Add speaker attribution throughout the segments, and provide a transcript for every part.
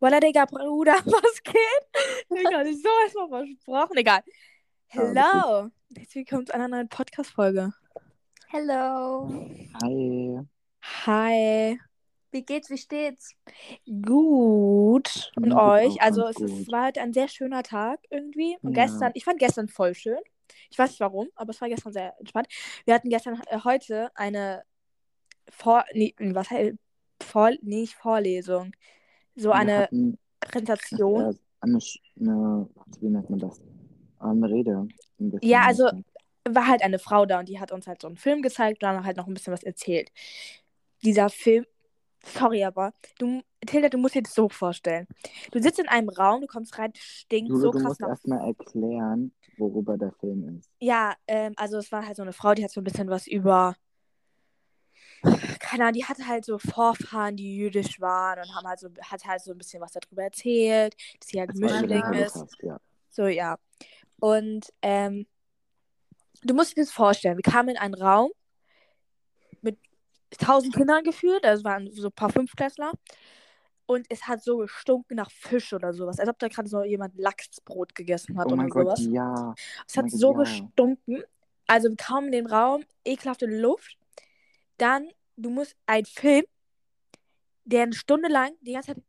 Speaker 1: Voila, Digga, Bruder, was geht? Digga, das ist so erstmal versprochen. Egal.
Speaker 2: Alles
Speaker 1: Hello. Herzlich willkommen zu einer neuen Podcast-Folge.
Speaker 3: Hello.
Speaker 2: Hi.
Speaker 1: Hi.
Speaker 3: Wie geht's? Wie steht's?
Speaker 1: Gut. Und
Speaker 2: Mir geht's
Speaker 1: euch?
Speaker 2: auch
Speaker 1: Also, es
Speaker 2: ganz
Speaker 1: ist,
Speaker 2: gut.
Speaker 1: war heute ein sehr schöner Tag irgendwie. Und
Speaker 2: Ja.
Speaker 1: gestern, ich fand gestern voll schön. Ich weiß nicht warum, aber es war gestern sehr entspannt. Wir hatten gestern, äh, heute eine Vor... Nee, was heißt... Vor... Nee, nicht Vorlesung. So
Speaker 2: Wir
Speaker 1: eine
Speaker 2: hatten
Speaker 1: Präsentation.
Speaker 2: erst eine, Sch- eine, wie nennt man das? Eine Rede. im besten
Speaker 1: Ja, also-
Speaker 2: Sinne.
Speaker 1: war halt eine Frau da und die hat uns halt so einen Film gezeigt und dann halt noch ein bisschen was erzählt. Dieser Film, sorry, aber du, Tilda, du musst dir das so vorstellen. Du sitzt in einem Raum, du kommst rein, stinkt
Speaker 2: Jule,
Speaker 1: so
Speaker 2: du
Speaker 1: krass
Speaker 2: musst
Speaker 1: nach.
Speaker 2: erstmal erklären, worüber der Film ist.
Speaker 1: Ja, ähm, also es war halt so eine Frau, die hat so ein bisschen was über, keine Ahnung, die hatte halt so Vorfahren, die jüdisch waren und haben halt so, hat halt so ein bisschen was darüber erzählt, dass sie halt
Speaker 2: Das war über den
Speaker 1: Mischling ist.
Speaker 2: Holocaust, ja.
Speaker 1: So, ja. Und ähm, du musst dir das vorstellen, wir kamen in einen Raum mit tausend Kindern geführt, also waren so ein paar Fünftklässler. Und es hat so gestunken nach Fisch oder sowas, als ob da gerade so jemand Lachsbrot gegessen hat
Speaker 2: Oh
Speaker 1: oder
Speaker 2: mein Gott,
Speaker 1: sowas.
Speaker 2: ja.
Speaker 1: Es hat
Speaker 2: mein Gott,
Speaker 1: so
Speaker 2: ja.
Speaker 1: gestunken. Also wir kamen in den Raum, ekelhafte Luft. Dann, du musst einen Film, der eine Stunde lang die ganze Zeit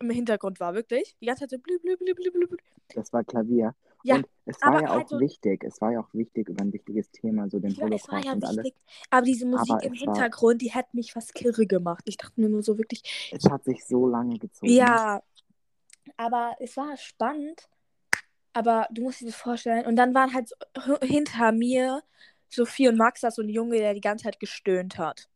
Speaker 1: im Hintergrund war, wirklich. Die ganze Zeit so blub, blub, blub, blub, blub.
Speaker 2: Das war Klavier.
Speaker 1: Ja,
Speaker 2: Und es
Speaker 1: aber
Speaker 2: war ja auch
Speaker 1: also-
Speaker 2: wichtig. Es war ja auch wichtig über ein wichtiges Thema, so den
Speaker 1: Ja, es
Speaker 2: Holocaust
Speaker 1: war ja
Speaker 2: und alles.
Speaker 1: wichtig. Aber diese Musik
Speaker 2: Aber
Speaker 1: im
Speaker 2: es war-
Speaker 1: Hintergrund, die hat mich fast kirre gemacht. Ich dachte mir nur so wirklich,
Speaker 2: Es hat sich so lange gezogen.
Speaker 1: ja. Aber es war spannend. Aber du musst dir das vorstellen. Und dann waren halt so, h- hinter mir Sophie und Max, da ist so ein Junge, der die ganze Zeit gestöhnt hat.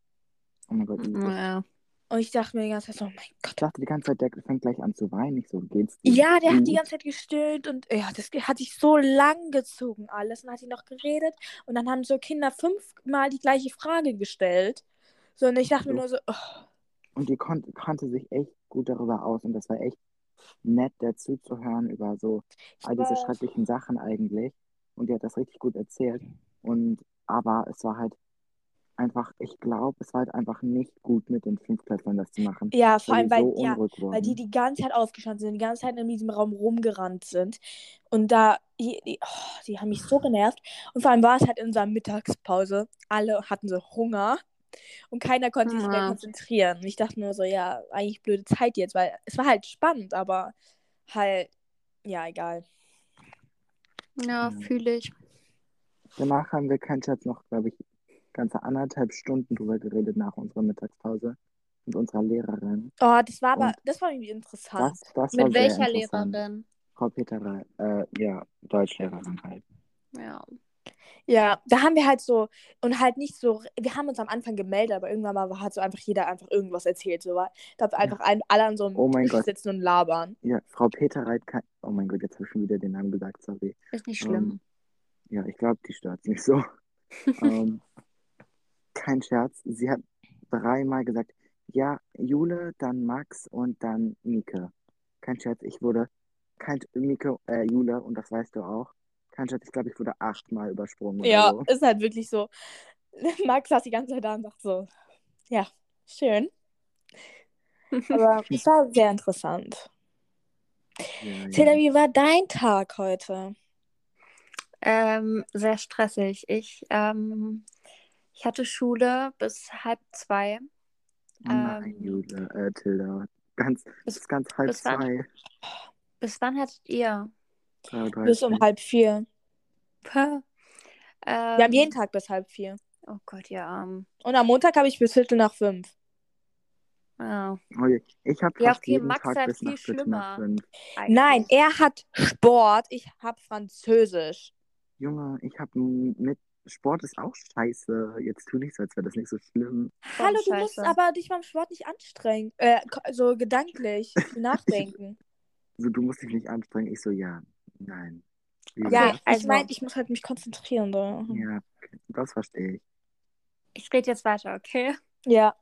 Speaker 2: Oh mein Gott,
Speaker 1: Mhm.
Speaker 2: ich
Speaker 1: Und ich dachte mir die ganze Zeit so, oh mein Gott.
Speaker 2: dachte die ganze Zeit, der fängt gleich an zu weinen. Ich so, geht's dir?
Speaker 1: Ja, der hat die
Speaker 2: gut?
Speaker 1: ganze Zeit gestöhnt und ja, das ge- hat sich so lang gezogen alles. Und hat sie noch geredet. Und dann haben so Kinder fünfmal die gleiche Frage gestellt. So, und ich dachte mir nur so, oh,
Speaker 2: Und die kon kannte sich echt gut darüber aus. Und das war echt nett, dazu zu hören über so all diese
Speaker 1: weiß.
Speaker 2: schrecklichen Sachen eigentlich. Und die hat das richtig gut erzählt. Und aber es war halt einfach, ich glaube, es war halt einfach nicht gut mit den Fünfklässlern das zu machen.
Speaker 1: ja, vor allem,
Speaker 2: die
Speaker 1: weil,
Speaker 2: so
Speaker 1: ja,
Speaker 2: unruhig
Speaker 1: weil die
Speaker 2: wurden.
Speaker 1: die ganze Zeit aufgestanden sind, die ganze Zeit in diesem Raum rumgerannt sind. Und da, die, die, oh, die haben mich so genervt. Und vor allem war es halt in unserer Mittagspause. Alle hatten so Hunger und keiner konnte sich mehr
Speaker 3: Ah.
Speaker 1: konzentrieren. Und ich dachte nur so, ja, eigentlich blöde Zeit jetzt, weil es war halt spannend, aber halt, ja, egal.
Speaker 3: Ja,
Speaker 2: Ja.
Speaker 3: fühle ich.
Speaker 2: Danach haben wir keinen Schatz noch, glaube ich, ganze anderthalb Stunden drüber geredet nach unserer Mittagspause mit unserer Lehrerin.
Speaker 1: Oh, das war aber,
Speaker 2: Und-
Speaker 1: das war irgendwie interessant.
Speaker 2: Das, das war
Speaker 3: Mit
Speaker 2: sehr
Speaker 3: welcher
Speaker 2: interessant.
Speaker 3: Lehrerin?
Speaker 2: Frau Peterer, äh, ja, Deutschlehrerin halt.
Speaker 3: Ja.
Speaker 1: Ja, da haben wir halt so, und halt nicht so, wir haben uns am Anfang gemeldet, aber irgendwann mal war- hat so einfach jeder einfach irgendwas erzählt. So, weil da haben einfach ein, alle an so einem
Speaker 2: Oh mein
Speaker 1: Tisch
Speaker 2: Gott.
Speaker 1: sitzen und labern.
Speaker 2: Ja, Frau Peterreit kann. Oh mein Gott, jetzt habe ich schon wieder den Namen gesagt, sorry.
Speaker 3: Ist nicht schlimm.
Speaker 2: Ähm, ja, ich glaube, die stört nicht so. ähm, kein Scherz. Sie hat dreimal gesagt, ja, Jule, dann Max und dann Mike. Kein Scherz, ich wurde. Kein Mike, äh, Jule, und das weißt du auch. Kein Scherz, ich glaube, ich wurde achtmal übersprungen. oder
Speaker 1: Ja,
Speaker 2: so.
Speaker 1: ist halt wirklich so. Max saß die ganze Zeit da und sagt so, ja, schön. Aber es war sehr interessant.
Speaker 2: Ja,
Speaker 1: Tilda,
Speaker 2: ja.
Speaker 1: wie war dein Tag heute?
Speaker 3: Ähm, sehr stressig. Ich, ähm, ich hatte Schule bis halb zwei.
Speaker 2: Nein,
Speaker 3: ähm,
Speaker 2: Jule, äh, Tilda. Ganz,
Speaker 3: bis-
Speaker 2: es ist ganz halb
Speaker 3: bis wann?
Speaker 2: zwei.
Speaker 3: Bis wann hattet ihr?
Speaker 1: Bis um halb vier.
Speaker 3: Puh. Ähm,
Speaker 1: Wir haben jeden Tag bis halb vier.
Speaker 3: Oh Gott, ja. Ähm,
Speaker 1: Und am Montag habe ich bis Viertel nach fünf.
Speaker 3: ja.
Speaker 2: Okay, Oh Ich habe
Speaker 3: Ja,
Speaker 2: fast
Speaker 3: okay,
Speaker 2: jeden
Speaker 3: Max
Speaker 2: Tag
Speaker 3: hat
Speaker 2: bis
Speaker 3: viel
Speaker 2: nach Viertel nach
Speaker 3: schlimmer.
Speaker 2: fünf.
Speaker 3: eigentlich.
Speaker 1: Nein, er hat Sport, ich habe Französisch.
Speaker 3: Oh,
Speaker 2: Junge, ich habe mit Sport ist auch scheiße. Jetzt tu nicht so, als wäre das nicht so schlimm.
Speaker 3: Voll
Speaker 1: Hallo, du
Speaker 3: scheiße.
Speaker 1: musst aber dich beim Sport nicht anstrengen. Äh, ko- so gedanklich viel nachdenken.
Speaker 2: So, du musst dich nicht anstrengen. Ich so, ja, nein. Wie
Speaker 3: Ja,
Speaker 1: ja,
Speaker 2: gesagt,
Speaker 1: ich
Speaker 3: also-
Speaker 1: meine, ich muss halt mich konzentrieren. So.
Speaker 2: ja, okay, das verstehe ich.
Speaker 3: Ich rede jetzt weiter, okay?
Speaker 1: Ja.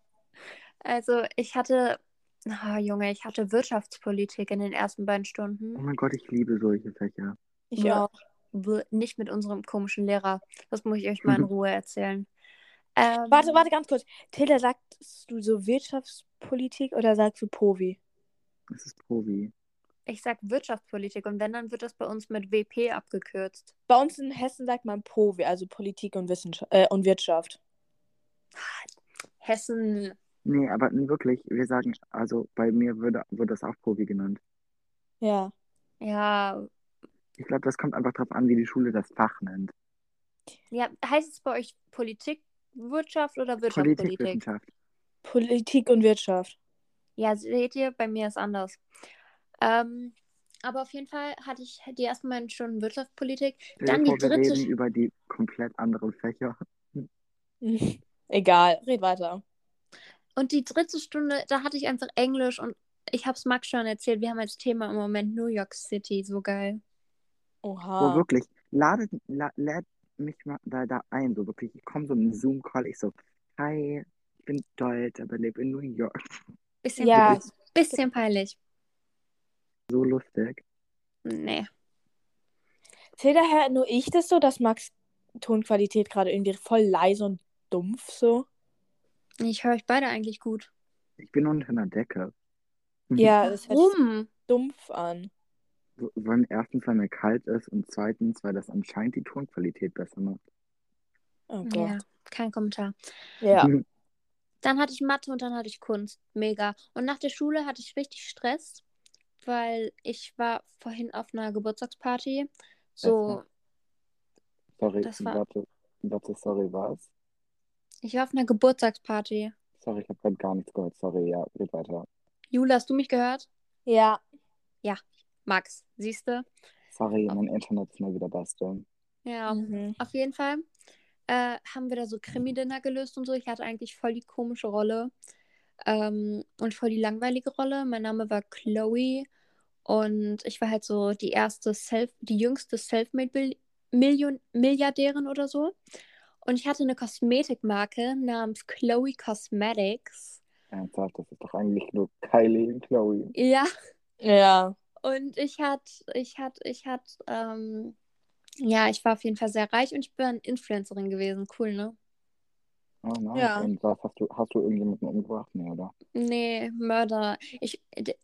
Speaker 3: Also ich hatte, ah, Junge, ich hatte Wirtschaftspolitik in den ersten beiden
Speaker 2: Oh
Speaker 3: Stunden.
Speaker 2: mein Gott, ich liebe solche Fächer.
Speaker 1: ich
Speaker 3: Ja.
Speaker 1: auch.
Speaker 3: Bl- Nicht mit unserem komischen Lehrer. Das muss ich euch mal in Ruhe erzählen. Ähm,
Speaker 1: Warte, warte ganz kurz. Tilda, sagst du so Wirtschaftspolitik? Politik oder sagst du Povi?
Speaker 2: Es ist Provi.
Speaker 3: Ich sag Wirtschaftspolitik und wenn, dann wird das bei uns mit WP abgekürzt.
Speaker 1: Bei uns in Hessen sagt man Povi, also Politik und, Wissenschaft, äh, und Wirtschaft.
Speaker 3: Hessen.
Speaker 2: Nee, aber nee, wirklich, wir sagen, also bei mir würde, wird das auch Provi genannt.
Speaker 1: Ja.
Speaker 3: Ja.
Speaker 2: Ich glaube, das kommt einfach drauf an, wie die Schule das Fach nennt.
Speaker 3: Ja, heißt es bei euch Politik, Wirtschaft oder Wirtschaftspolitik?
Speaker 2: Politikwissenschaft.
Speaker 1: Politik und Wirtschaft.
Speaker 3: Ja, seht ihr, bei mir ist anders. Ähm, aber auf jeden Fall hatte ich die ersten Mal schon Wirtschaftspolitik.
Speaker 2: Stell dir
Speaker 3: Dann die
Speaker 2: vor, wir
Speaker 3: dritte.
Speaker 2: reden über die komplett anderen Fächer.
Speaker 1: Egal, red weiter.
Speaker 3: Und die dritte Stunde, da hatte ich einfach Englisch und ich habe es Max schon erzählt, wir haben als Thema im Moment New York City, so geil.
Speaker 1: Oha.
Speaker 2: Wo wirklich, ladet, la, lädt mich mal da, da ein, so wirklich. Ich komme so in einen Zoom-Call, ich so, hi, ich bin Deutsch, aber lebe in New York.
Speaker 3: Bisschen,
Speaker 1: ja,
Speaker 3: bisschen peinlich.
Speaker 2: So lustig.
Speaker 3: Nee.
Speaker 1: zählt daher nur ich das so, dass Max Tonqualität gerade irgendwie voll leise und dumpf so?
Speaker 3: Ich höre euch beide eigentlich gut.
Speaker 2: Ich bin unter einer Decke.
Speaker 1: Ja, das hört sich
Speaker 3: Warum?
Speaker 1: dumpf an.
Speaker 2: So, weil erstens, weil mir kalt ist und zweitens, weil das anscheinend die Tonqualität besser macht.
Speaker 1: Oh
Speaker 3: Ja,
Speaker 1: Gott.
Speaker 3: kein Kommentar.
Speaker 1: Ja.
Speaker 3: Dann hatte ich Mathe und dann hatte ich Kunst. Mega. Und nach der Schule hatte ich richtig Stress, weil ich war vorhin auf einer Geburtstagsparty. So,
Speaker 2: Besser. Sorry,
Speaker 3: Das war-
Speaker 2: warte, warte, sorry, was?
Speaker 3: ich war auf einer Geburtstagsparty.
Speaker 2: Sorry, ich habe gerade gar nichts gehört. Sorry, ja, geht weiter.
Speaker 3: Jule, hast du mich gehört?
Speaker 1: Ja.
Speaker 3: Max, siehst du?
Speaker 2: Sorry,
Speaker 1: Ah.
Speaker 2: mein Internet ist mal wieder beste.
Speaker 3: Ja.
Speaker 1: Mhm.
Speaker 3: Auf jeden Fall äh, haben wir da so Krimi-Dinner gelöst und so. Ich hatte eigentlich voll die komische Rolle ähm, und voll die langweilige Rolle. Mein Name war Chloe und ich war halt so die erste Self, die jüngste Selfmade-Milliardärin oder so. Und ich hatte eine Kosmetikmarke namens Chloe Cosmetics.
Speaker 2: Ernsthaft, das ist doch eigentlich nur Kylie und Chloe.
Speaker 3: Ja,
Speaker 1: Ja.
Speaker 3: Und ich hatte, ich hatte, ich hatte, ähm, ja, ich war auf jeden Fall sehr reich und ich bin Influencerin gewesen. Cool, ne?
Speaker 2: Oh nein.
Speaker 1: Ja.
Speaker 2: Und was hast du, hast du irgendjemanden umgebracht? Nee, oder?
Speaker 3: Nee, Mörder. Ich, d-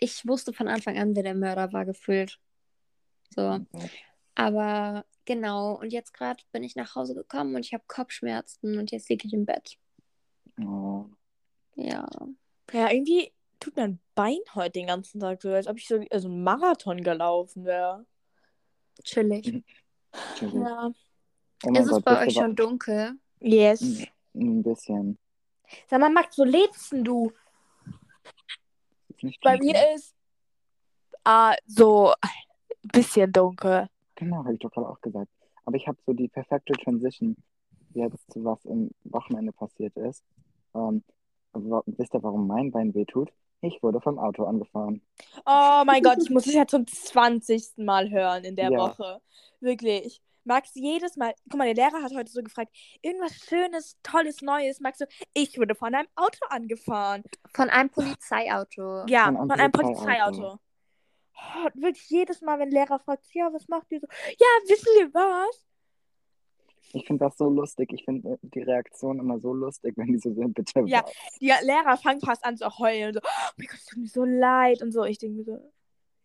Speaker 3: ich wusste von Anfang an, wer der Mörder war, gefühlt. So.
Speaker 2: Okay.
Speaker 3: Aber genau, und jetzt gerade bin ich nach Hause gekommen und ich habe Kopfschmerzen und jetzt liege ich im Bett.
Speaker 2: Oh,
Speaker 3: Ja.
Speaker 1: Ja, irgendwie tut mein Bein heute den ganzen Tag so, als ob ich so also einen Marathon gelaufen wäre.
Speaker 3: Chillig.
Speaker 2: natürlich.
Speaker 1: Ja.
Speaker 2: oh mein
Speaker 3: Ist es
Speaker 2: Gott,
Speaker 3: bei
Speaker 2: bist
Speaker 3: euch
Speaker 2: du
Speaker 3: schon dunkel?
Speaker 1: Yes.
Speaker 2: wa- Ein bisschen.
Speaker 1: Sag mal, Max, wo lebst denn du?
Speaker 2: Ist nicht
Speaker 1: Bei
Speaker 2: dunkel.
Speaker 1: mir ist ah, so ein bisschen dunkel.
Speaker 2: Genau, habe ich doch gerade auch gesagt. Aber ich habe so die perfekte Transition jetzt, was im Wochenende passiert ist. Ähm, wa- wisst ihr, warum mein Bein wehtut? Ich wurde vom Auto angefahren.
Speaker 1: Oh mein Gott, ich muss es ja zum 20. Mal hören in der
Speaker 2: Ja.
Speaker 1: Woche. Wirklich. Max, jedes Mal, guck mal, der Lehrer hat heute so gefragt, irgendwas Schönes, Tolles, Neues. Max so, ich wurde von einem Auto angefahren.
Speaker 3: Von einem Polizeiauto.
Speaker 1: Ja,
Speaker 2: Von einem
Speaker 1: von einem
Speaker 2: Polizeiauto.
Speaker 1: Polizeiauto. Oh, wirklich jedes Mal, wenn Lehrer fragt, ja, was macht ihr so? Ja, wissen wir was?
Speaker 2: Ich finde das so lustig. Ich finde äh, die Reaktion immer so lustig, wenn die so sind, bitte.
Speaker 1: Ja.
Speaker 2: was?
Speaker 1: Die Lehrer fangen fast an zu heulen. Und so, oh mein Gott, es tut mir so leid. Und so, ich denke mir so,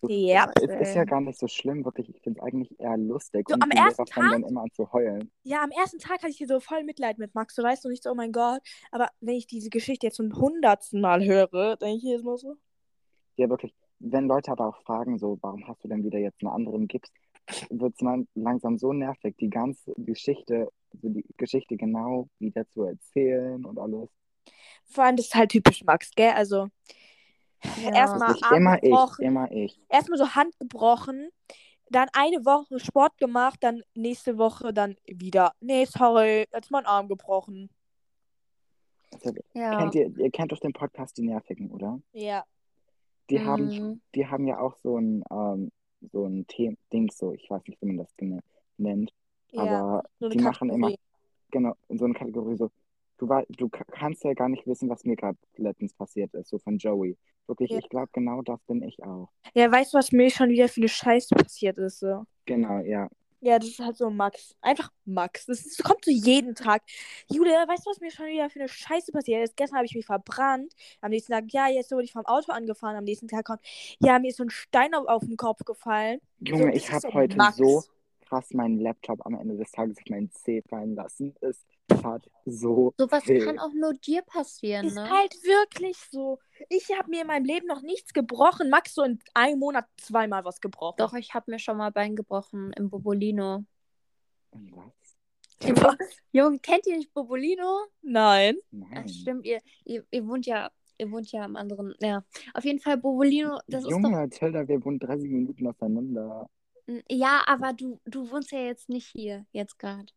Speaker 1: ja.
Speaker 2: Es ist ja gar nicht so schlimm, wirklich. Ich finde es eigentlich eher lustig.
Speaker 1: So,
Speaker 2: und
Speaker 1: am
Speaker 2: die
Speaker 1: ersten
Speaker 2: Lehrer fangen dann immer an zu heulen.
Speaker 1: Ja, am ersten Tag hatte ich hier so voll Mitleid mit Max. Du weißt du nicht so, oh mein Gott. Aber wenn ich diese Geschichte jetzt zum hundertsten Mal höre, denke ich jedes Mal so.
Speaker 2: Ja, wirklich. Wenn Leute aber auch fragen, so, warum hast du denn wieder jetzt einen anderen Gips, wird es man langsam so nervig, die ganze Geschichte, also die Geschichte genau wieder zu erzählen und alles.
Speaker 1: Vor allem, das ist halt typisch Max, gell? Also,
Speaker 3: Ja.
Speaker 1: erstmal
Speaker 2: Ich,
Speaker 1: Arm
Speaker 2: immer ich,
Speaker 1: gebrochen,
Speaker 2: immer ich.
Speaker 1: erstmal so Hand gebrochen, dann eine Woche Sport gemacht, dann nächste Woche dann wieder. Nee, sorry, jetzt mein Arm gebrochen.
Speaker 2: Also,
Speaker 3: Ja.
Speaker 2: kennt ihr, ihr kennt doch den Podcast Die Nervigen, oder?
Speaker 1: Ja.
Speaker 2: Die haben,
Speaker 3: Mhm.
Speaker 2: die haben ja auch so ein, ähm, so ein The Ding, so, ich weiß nicht, wie man das gena- nennt,
Speaker 1: ja.
Speaker 2: aber
Speaker 1: So eine
Speaker 2: die machen immer-
Speaker 1: Kategorie.
Speaker 2: genau, in so einer Kategorie so, du, wei- du ka- kannst ja gar nicht wissen, was mir gerade letztens passiert ist, so von Joey. Wirklich,
Speaker 1: Ja.
Speaker 2: ich glaube, genau das bin ich auch.
Speaker 1: Ja, weißt du, was mir schon wieder für eine Scheiße passiert ist? So.
Speaker 2: Genau, ja.
Speaker 1: Ja, das ist halt so Max. Einfach Max. Das ist, kommt zu jedem Tag. Jule, weißt du, was mir schon wieder für eine Scheiße passiert ist? Gestern habe ich mich verbrannt. Am nächsten Tag, ja, jetzt wurde ich vom Auto angefahren. Am nächsten Tag kommt, ja, mir ist so ein Stein auf, auf den Kopf gefallen.
Speaker 2: Junge,
Speaker 1: das
Speaker 2: ich
Speaker 1: ist
Speaker 2: habe
Speaker 1: so
Speaker 2: heute
Speaker 1: Max.
Speaker 2: so krass meinen Laptop am Ende des Tages auf meinen Zeh fallen lassen. Es hat so.
Speaker 3: Sowas
Speaker 2: Hey.
Speaker 3: kann auch nur dir passieren,
Speaker 1: Ist
Speaker 3: ne?
Speaker 1: halt wirklich so. Ich habe mir in meinem Leben noch nichts gebrochen. Max so in einem Monat zweimal was gebrochen.
Speaker 3: Doch, ich habe mir schon mal Bein gebrochen im Bobolino.
Speaker 2: Und Was?
Speaker 3: Junge, kennt ihr nicht Bobolino?
Speaker 1: Nein.
Speaker 2: Nein.
Speaker 3: Ach, stimmt, ihr, ihr, ihr wohnt ja, ihr wohnt ja am anderen. Ja, auf jeden Fall Bobolino, das ist doch.
Speaker 2: Junge, Tilda, wir wohnen 30 Minuten auseinander.
Speaker 3: Ja, aber du, du wohnst ja jetzt nicht hier, jetzt gerade.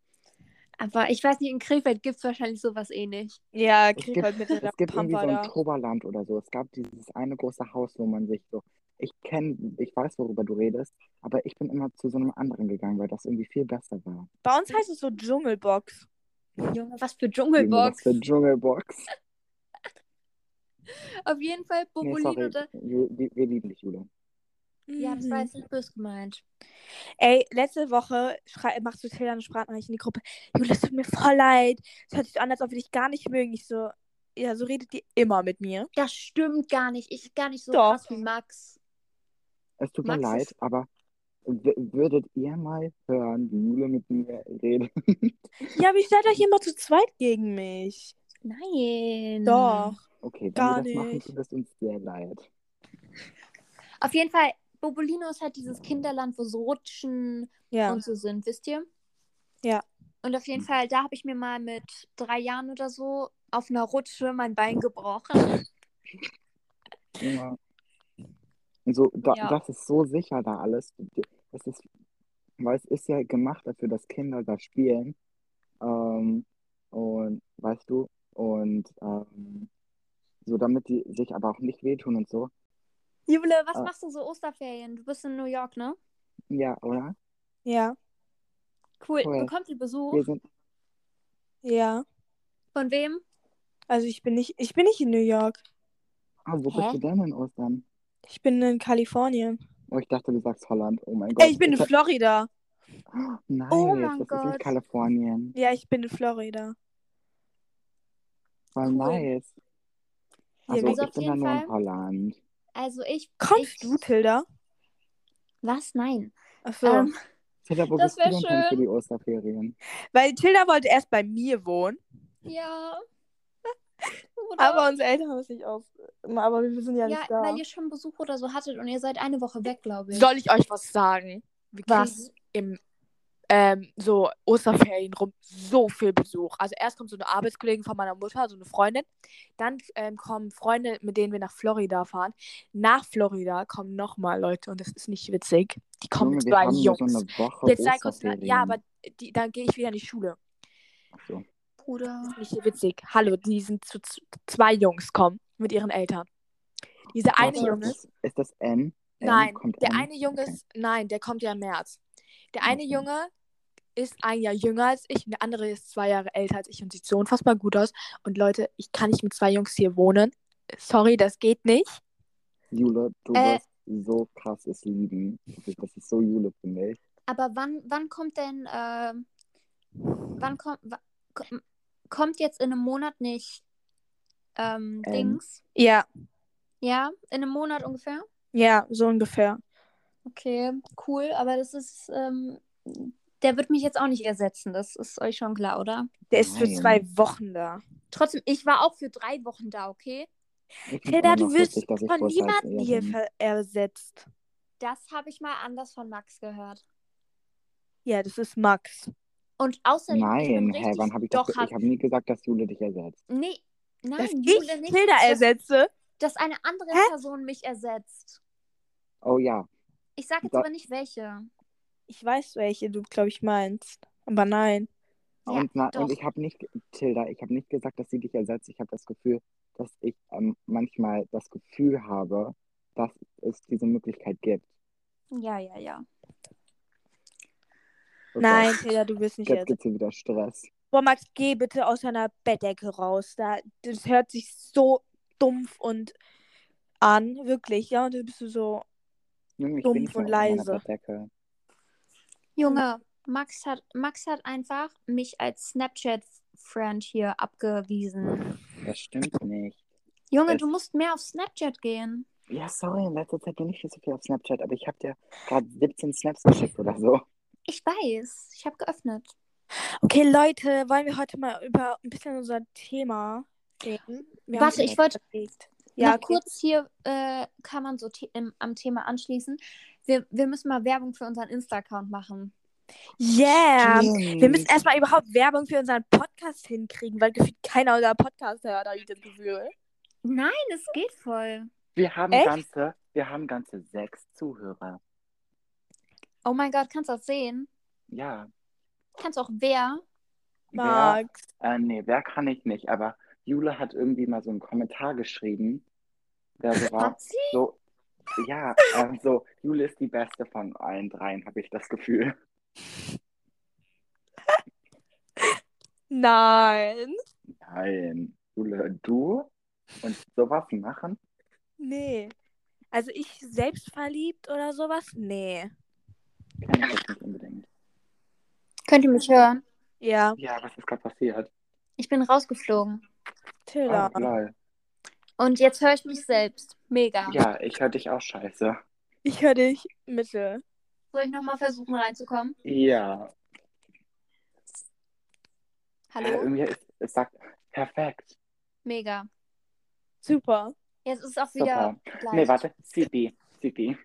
Speaker 3: Aber ich weiß nicht, in Krefeld gibt es wahrscheinlich sowas eh ähnlich.
Speaker 1: Ja,
Speaker 2: Es
Speaker 1: krieg
Speaker 2: gibt-
Speaker 1: halt mit der
Speaker 2: Es gibt irgendwie
Speaker 1: Pampa
Speaker 2: so ein
Speaker 1: da.
Speaker 2: Toberland oder so. Es gab dieses eine große Haus, wo man sich so. Ich kenne, ich weiß, worüber du redest, aber ich bin immer zu so einem anderen gegangen, weil das irgendwie viel besser war.
Speaker 1: Bei
Speaker 3: Hm.
Speaker 1: uns heißt es so Dschungelbox.
Speaker 3: Junge, was für
Speaker 2: Junge, was
Speaker 3: Dschungelbox.
Speaker 2: für Dschungelbox.
Speaker 3: Auf jeden Fall
Speaker 2: Nee,
Speaker 3: Bobolino.
Speaker 2: sorry.
Speaker 3: da...
Speaker 2: Ju- Wir, wir lieben dich, Jule.
Speaker 3: Ja, das
Speaker 1: Mhm.
Speaker 3: war jetzt nicht böse gemeint.
Speaker 1: Ey, letzte Woche schrei- machst du Taylor eine Sprachnachricht in die Gruppe. Jule, es tut mir voll leid. Es hört sich so an, als ob wir dich gar nicht mögen. Ich so, ja, so redet die immer mit mir.
Speaker 3: Das stimmt gar nicht. Ich gar nicht so
Speaker 1: Doch.
Speaker 3: krass wie Max.
Speaker 2: Es tut mir
Speaker 3: Max
Speaker 2: leid,
Speaker 3: ist-
Speaker 2: aber w- würdet ihr mal hören, wie Jule mit mir redet?
Speaker 1: Ja, aber ich seid euch immer zu zweit gegen mich.
Speaker 3: Nein.
Speaker 1: Doch.
Speaker 2: Okay, wenn
Speaker 1: Gar
Speaker 2: wir das machen,
Speaker 1: nicht.
Speaker 2: tut es uns sehr leid.
Speaker 3: Auf jeden Fall, Bobolino ist halt dieses Kinderland, wo so Rutschen
Speaker 1: Ja.
Speaker 3: und so sind, wisst ihr?
Speaker 1: Ja.
Speaker 3: Und auf jeden Fall, da habe ich mir mal mit drei Jahren oder so auf einer Rutsche mein Bein gebrochen.
Speaker 2: Junge. So, Also, da,
Speaker 3: Ja.
Speaker 2: Das ist so sicher da alles. Das ist, weil es ist ja gemacht dafür, dass Kinder da spielen. Ähm, und weißt du, und ähm, so damit die sich aber auch nicht wehtun und so.
Speaker 3: Jule, was
Speaker 2: Ah.
Speaker 3: machst du so Osterferien? Du bist in New York, ne?
Speaker 2: Ja, oder?
Speaker 1: Ja.
Speaker 3: Cool.
Speaker 2: Cool.
Speaker 3: Bekommt ihr Besuch?
Speaker 2: Wir sind,
Speaker 1: Ja.
Speaker 3: Von wem?
Speaker 1: Also ich bin nicht, ich bin nicht in New York.
Speaker 2: ah, wo
Speaker 3: Hä?
Speaker 2: bist du denn in Ostern?
Speaker 1: Ich bin in Kalifornien.
Speaker 2: Oh, ich dachte, du sagst Holland. Oh mein Gott.
Speaker 1: Ey, ich bin in Florida.
Speaker 2: Nein,
Speaker 3: Oh mein
Speaker 2: das ist
Speaker 3: Gott.
Speaker 2: nicht Kalifornien.
Speaker 1: Ja, ich bin in Florida.
Speaker 2: Voll
Speaker 3: Cool.
Speaker 2: nice. Also,
Speaker 1: Also
Speaker 2: ich
Speaker 3: auf
Speaker 2: bin da
Speaker 3: jeden
Speaker 2: nur
Speaker 3: Fall-
Speaker 2: in Holland.
Speaker 3: Also ich. ich,
Speaker 1: Kommst du, Tilda?
Speaker 3: Was? Nein.
Speaker 1: Achso.
Speaker 3: Ähm,
Speaker 2: Tilda, wo
Speaker 3: Das
Speaker 2: bist du
Speaker 3: wär
Speaker 2: denn schon für
Speaker 3: schön.
Speaker 2: die Osterferien?
Speaker 1: Weil Tilda wollte erst bei mir wohnen.
Speaker 3: ja. Oder?
Speaker 1: Aber unsere Eltern haben es nicht aus. Aber wir sind ja,
Speaker 3: ja,
Speaker 1: nicht da.
Speaker 3: weil ihr schon Besuch oder so hattet und ihr seid eine Woche weg, glaube ich.
Speaker 1: Soll ich euch was sagen? Wir
Speaker 3: Was?
Speaker 1: kriegen im ähm, so Osterferien rum so viel Besuch. Also erst kommt so eine Arbeitskollegin von meiner Mutter, so eine Freundin. Dann ähm, kommen Freunde, mit denen wir nach Florida fahren. Nach Florida kommen nochmal Leute und das ist nicht witzig. Die kommen
Speaker 2: Junge,
Speaker 1: mit
Speaker 2: wir
Speaker 1: zwei
Speaker 2: haben nur so
Speaker 1: Jungs.
Speaker 2: eine Woche
Speaker 1: Jetzt sei kurz,
Speaker 2: Osterferien.
Speaker 1: ja, aber die, dann gehe ich wieder in die Schule.
Speaker 2: Ach so.
Speaker 3: Bruder.
Speaker 1: Das ist nicht witzig. Hallo, die sind zu z- zwei Jungs kommen mit ihren Eltern. Diese eine
Speaker 2: Warte,
Speaker 1: Junge.
Speaker 2: Ist, ist das N? N
Speaker 1: Nein,
Speaker 2: Ähm, kommt
Speaker 1: der
Speaker 2: N?
Speaker 1: eine Junge
Speaker 2: Okay.
Speaker 1: ist, nein, der kommt ja im März. Der eine
Speaker 2: Okay.
Speaker 1: Junge ist ein Jahr jünger als ich und der andere ist zwei Jahre älter als ich und sieht so unfassbar gut aus. Und Leute, ich kann nicht mit zwei Jungs hier wohnen. Sorry, das geht nicht.
Speaker 2: Jule, du
Speaker 3: Äh.
Speaker 2: wirst so krasses Lieben. Das ist so Jule für mich.
Speaker 3: Aber wann, wann kommt denn, äh, wann kommt, wa- kom- kommt jetzt in einem Monat nicht ähm,
Speaker 2: Ähm.
Speaker 3: Dings?
Speaker 1: Ja,
Speaker 3: Ja, in einem Monat ungefähr?
Speaker 1: ja, so ungefähr.
Speaker 3: Okay, cool, aber das ist, ähm, der wird mich jetzt auch nicht ersetzen, das ist euch schon klar, oder?
Speaker 1: Der ist für
Speaker 2: Nein.
Speaker 1: zwei Wochen da.
Speaker 3: Trotzdem, ich war auch für drei Wochen da, okay?
Speaker 2: Ich find's
Speaker 1: Tilda,
Speaker 2: immer noch
Speaker 1: du wirst
Speaker 2: witzig, dass ich
Speaker 1: von
Speaker 2: bloß halt
Speaker 1: niemandem
Speaker 2: eher
Speaker 1: hier
Speaker 2: bin.
Speaker 1: ver- ersetzt.
Speaker 3: Das habe ich mal anders von Max gehört.
Speaker 1: Ja, das ist Max.
Speaker 3: Und außerdem, ich bin
Speaker 2: Nein, hä,
Speaker 3: richtig,
Speaker 2: wann habe ich
Speaker 3: doch,
Speaker 2: das? ge-
Speaker 3: hab,
Speaker 2: Ich habe nie gesagt, dass Jule dich ersetzt.
Speaker 3: nee, nein,
Speaker 1: Dass ich
Speaker 3: Jule nicht,
Speaker 1: Tilda
Speaker 3: dass,
Speaker 1: ersetze.
Speaker 3: dass eine andere
Speaker 1: Hä?
Speaker 3: Person mich ersetzt.
Speaker 2: Oh ja,
Speaker 3: Ich sage jetzt
Speaker 2: Da-
Speaker 3: aber nicht welche.
Speaker 1: Ich weiß, welche du, glaube ich, meinst. Aber nein.
Speaker 3: Ja,
Speaker 2: und, na,
Speaker 3: doch.
Speaker 2: und ich habe nicht, Tilda, ich habe nicht gesagt, dass sie dich ersetzt. Ich habe das Gefühl, dass ich ähm, manchmal das Gefühl habe, dass es diese Möglichkeit gibt.
Speaker 3: Ja, ja, ja.
Speaker 2: Oh
Speaker 1: Nein,
Speaker 2: Gott,
Speaker 1: Tilda, du wirst nicht
Speaker 2: Jetzt
Speaker 1: ersetzt.
Speaker 2: gibt's hier wieder Stress.
Speaker 1: Boah, Max, geh bitte aus deiner Bettdecke raus. Da, das hört sich so dumpf und an, wirklich, ja. Und dann bist du so,
Speaker 2: Junge, ich
Speaker 1: Dumpf
Speaker 2: bin nicht mal
Speaker 1: und
Speaker 2: unter meiner
Speaker 1: leise.
Speaker 2: Bettdecke.
Speaker 3: Junge, Max hat, Max hat einfach mich als Snapchat-Friend hier abgewiesen.
Speaker 2: Das stimmt nicht.
Speaker 3: Junge,
Speaker 2: Es-
Speaker 3: du musst mehr auf Snapchat gehen.
Speaker 2: Ja, sorry, in letzter Zeit bin ich nicht so viel auf Snapchat, aber ich habe dir gerade 17 Snaps geschickt oder so.
Speaker 3: Ich weiß, ich habe geöffnet.
Speaker 1: Okay, Leute, wollen wir heute mal über ein bisschen unser Thema reden? Wir
Speaker 3: Warte,
Speaker 1: haben's
Speaker 3: ich wollte-
Speaker 1: überlegt.
Speaker 3: Ja,
Speaker 1: Ja,
Speaker 3: Noch
Speaker 1: okay.
Speaker 3: kurz hier äh, kann man so the im, am Thema anschließen. Wir, wir müssen mal Werbung für unseren Insta-Account machen.
Speaker 1: Yeah! Ähm, Wir müssen
Speaker 2: Stimmt.
Speaker 1: erstmal überhaupt Werbung für unseren Podcast hinkriegen, weil gefühlt keiner unseren Podcast hört, habe ich das Gefühl.
Speaker 3: Nein, es geht voll.
Speaker 2: wir haben
Speaker 1: Echt?
Speaker 2: ganze, wir haben ganze sechs Zuhörer.
Speaker 3: Oh mein Gott, kannst du das sehen?
Speaker 2: Ja.
Speaker 3: Kannst auch wer?
Speaker 2: Wer,
Speaker 1: Max.
Speaker 2: äh, nee, wer kann ich nicht, aber Jule hat irgendwie mal so einen Kommentar geschrieben, der so war,
Speaker 3: Hat sie?
Speaker 2: so, ja, ähm, so, Jule ist die beste von allen dreien, habe ich das Gefühl.
Speaker 1: Nein.
Speaker 2: Nein, Jule, du und sowas machen?
Speaker 1: Nee. Also ich selbst verliebt oder sowas? Nee.
Speaker 2: Kann ich jetzt nicht unbedingt.
Speaker 3: Könnt ihr mich hören?
Speaker 1: Ja,
Speaker 2: Ja, was ist gerade passiert?
Speaker 3: Ich bin rausgeflogen.
Speaker 1: Tilda.
Speaker 2: Oh, lol.
Speaker 3: Und jetzt höre ich mich selbst. Mega.
Speaker 2: Ja, ich höre dich auch scheiße.
Speaker 1: Ich höre dich mittel.
Speaker 3: Soll ich nochmal versuchen reinzukommen?
Speaker 2: Ja, äh,
Speaker 3: Hallo?
Speaker 2: irgendwie ist, es sagt, perfekt,
Speaker 3: Mega.
Speaker 1: Super.
Speaker 3: Jetzt ist es auch wieder
Speaker 2: super.
Speaker 3: gleich.
Speaker 2: Nee, warte, CB, CB.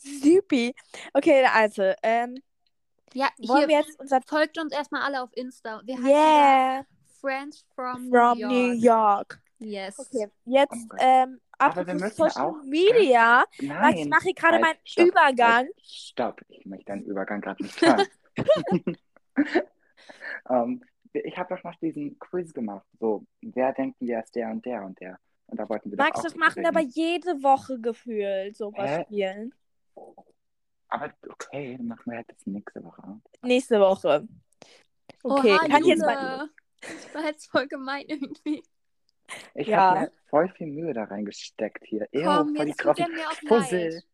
Speaker 1: Supi. Okay, also, ähm,
Speaker 3: Ja,
Speaker 1: wollen
Speaker 3: hier
Speaker 1: wir jetzt unser...
Speaker 3: folgt uns erstmal alle auf Insta. Wir heißen
Speaker 1: Yeah!
Speaker 3: da Friends from,
Speaker 1: From
Speaker 3: New York.
Speaker 1: New York.
Speaker 3: Yes.
Speaker 1: Okay, jetzt,
Speaker 2: Oh Gott.
Speaker 1: ähm,
Speaker 2: Aber wir
Speaker 1: apropos
Speaker 2: müssen
Speaker 1: Social
Speaker 2: auch-
Speaker 1: Media. Max, ich
Speaker 2: Nein,
Speaker 1: mache hier gerade
Speaker 2: Halt,
Speaker 1: meinen
Speaker 2: stopp,
Speaker 1: Übergang.
Speaker 2: Halt, stopp, ich möchte deinen Übergang gerade nicht hören. Ähm, ich habe doch noch diesen Quiz gemacht, so, wer denken wir ist der und der und der? Und da wollten wir
Speaker 1: Max,
Speaker 2: doch
Speaker 1: das
Speaker 2: auch
Speaker 1: machen
Speaker 2: drüber
Speaker 1: aber
Speaker 2: reden.
Speaker 1: jede Woche gefühlt, sowas
Speaker 2: Hä?
Speaker 1: spielen.
Speaker 2: Aber okay, dann machen wir halt das nächste Woche.
Speaker 1: Nächste Woche. Okay,
Speaker 3: Oha,
Speaker 1: kann ich jetzt
Speaker 3: Junge.
Speaker 1: mal.
Speaker 3: Oh, Das war jetzt voll gemein irgendwie.
Speaker 2: Ich
Speaker 1: Ja.
Speaker 2: habe mir voll viel Mühe da reingesteckt hier. Ew,
Speaker 3: Komm,
Speaker 2: Oh, voll die
Speaker 3: jetzt tut er
Speaker 2: krassen
Speaker 3: mir auch
Speaker 2: Fussel.
Speaker 3: leid.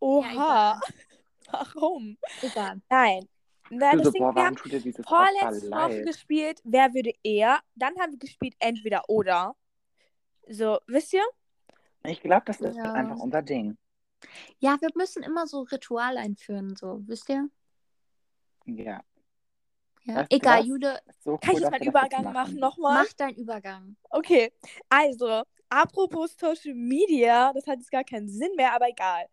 Speaker 1: Oha. Warum?
Speaker 3: Egal.
Speaker 1: Nein. Nein,
Speaker 2: Du so,
Speaker 1: deswegen,
Speaker 2: boah,
Speaker 1: wir haben
Speaker 2: warum tut dir dieses Opfer
Speaker 1: vorletzte Woche
Speaker 2: leid?
Speaker 1: gespielt, wer würde eher? Dann haben wir gespielt, entweder oder. So, wisst ihr?
Speaker 2: Ich glaube, das ist
Speaker 3: Ja.
Speaker 2: einfach unser Ding.
Speaker 3: Ja, wir müssen immer so Ritual einführen, so, wisst ihr?
Speaker 2: Ja.
Speaker 3: Ja.
Speaker 2: Weißt du
Speaker 3: Egal,
Speaker 2: was?
Speaker 3: Jude,
Speaker 2: Ist So
Speaker 1: Kann
Speaker 2: cool,
Speaker 1: ich jetzt
Speaker 2: dass
Speaker 1: meinen
Speaker 2: wir das jetzt
Speaker 1: Übergang machen nochmal?
Speaker 3: mach deinen Übergang.
Speaker 1: Okay, also, apropos Social Media, das hat jetzt gar keinen Sinn mehr, aber egal.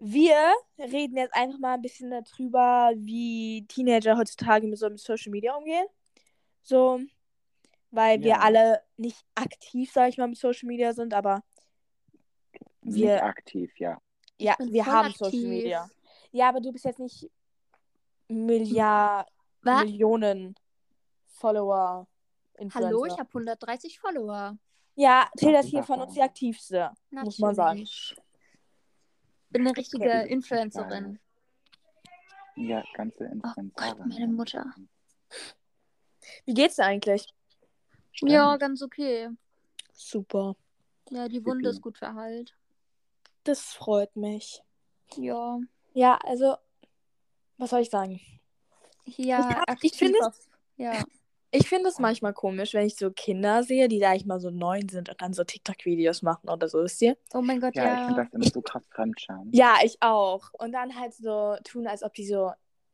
Speaker 1: Wir reden jetzt einfach mal ein bisschen darüber, wie Teenager heutzutage mit so einem Social Media umgehen. So, weil wir
Speaker 2: Ja.
Speaker 1: alle nicht aktiv, sag ich mal, mit Social Media sind, aber
Speaker 2: Wir
Speaker 1: Wir-
Speaker 2: Nicht aktiv, ja.
Speaker 1: ja,
Speaker 3: bin
Speaker 1: wir
Speaker 3: voll
Speaker 1: haben
Speaker 3: aktiv.
Speaker 1: Social Media. Ja, aber du bist jetzt nicht Milliard
Speaker 3: Was?
Speaker 1: Millionen Follower. Influencer.
Speaker 3: Hallo, ich habe 130 Follower.
Speaker 1: Ja, Tilda ist
Speaker 2: Ach,
Speaker 1: hier von uns die aktivste.
Speaker 3: Natürlich.
Speaker 1: Muss man sagen.
Speaker 3: Bin eine richtige
Speaker 2: Okay.
Speaker 3: Influencerin.
Speaker 2: Ja, ganze
Speaker 1: Oh
Speaker 2: Instanz.
Speaker 3: Gott, meine Mutter.
Speaker 1: Wie geht's dir eigentlich?
Speaker 3: Ja, ganz okay.
Speaker 1: Super.
Speaker 3: Ja, die Wunde
Speaker 2: Supi.
Speaker 3: ist gut verheilt.
Speaker 1: Das freut mich.
Speaker 3: Ja.
Speaker 1: Ja, also, was soll ich sagen?
Speaker 3: Ja,
Speaker 1: Ich hab- ich
Speaker 3: aktiv
Speaker 1: finde-
Speaker 3: auf- Ja.
Speaker 1: Ich finde es manchmal komisch, wenn ich so Kinder sehe, die, sag ich mal, so neun sind und dann so TikTok-Videos machen oder so, wisst ihr?
Speaker 3: Oh mein Gott,
Speaker 2: Ja, ich
Speaker 3: ja.
Speaker 2: finde das immer so krass Fremdscham.
Speaker 1: Ja, ich auch. Und dann halt so tun, als ob die so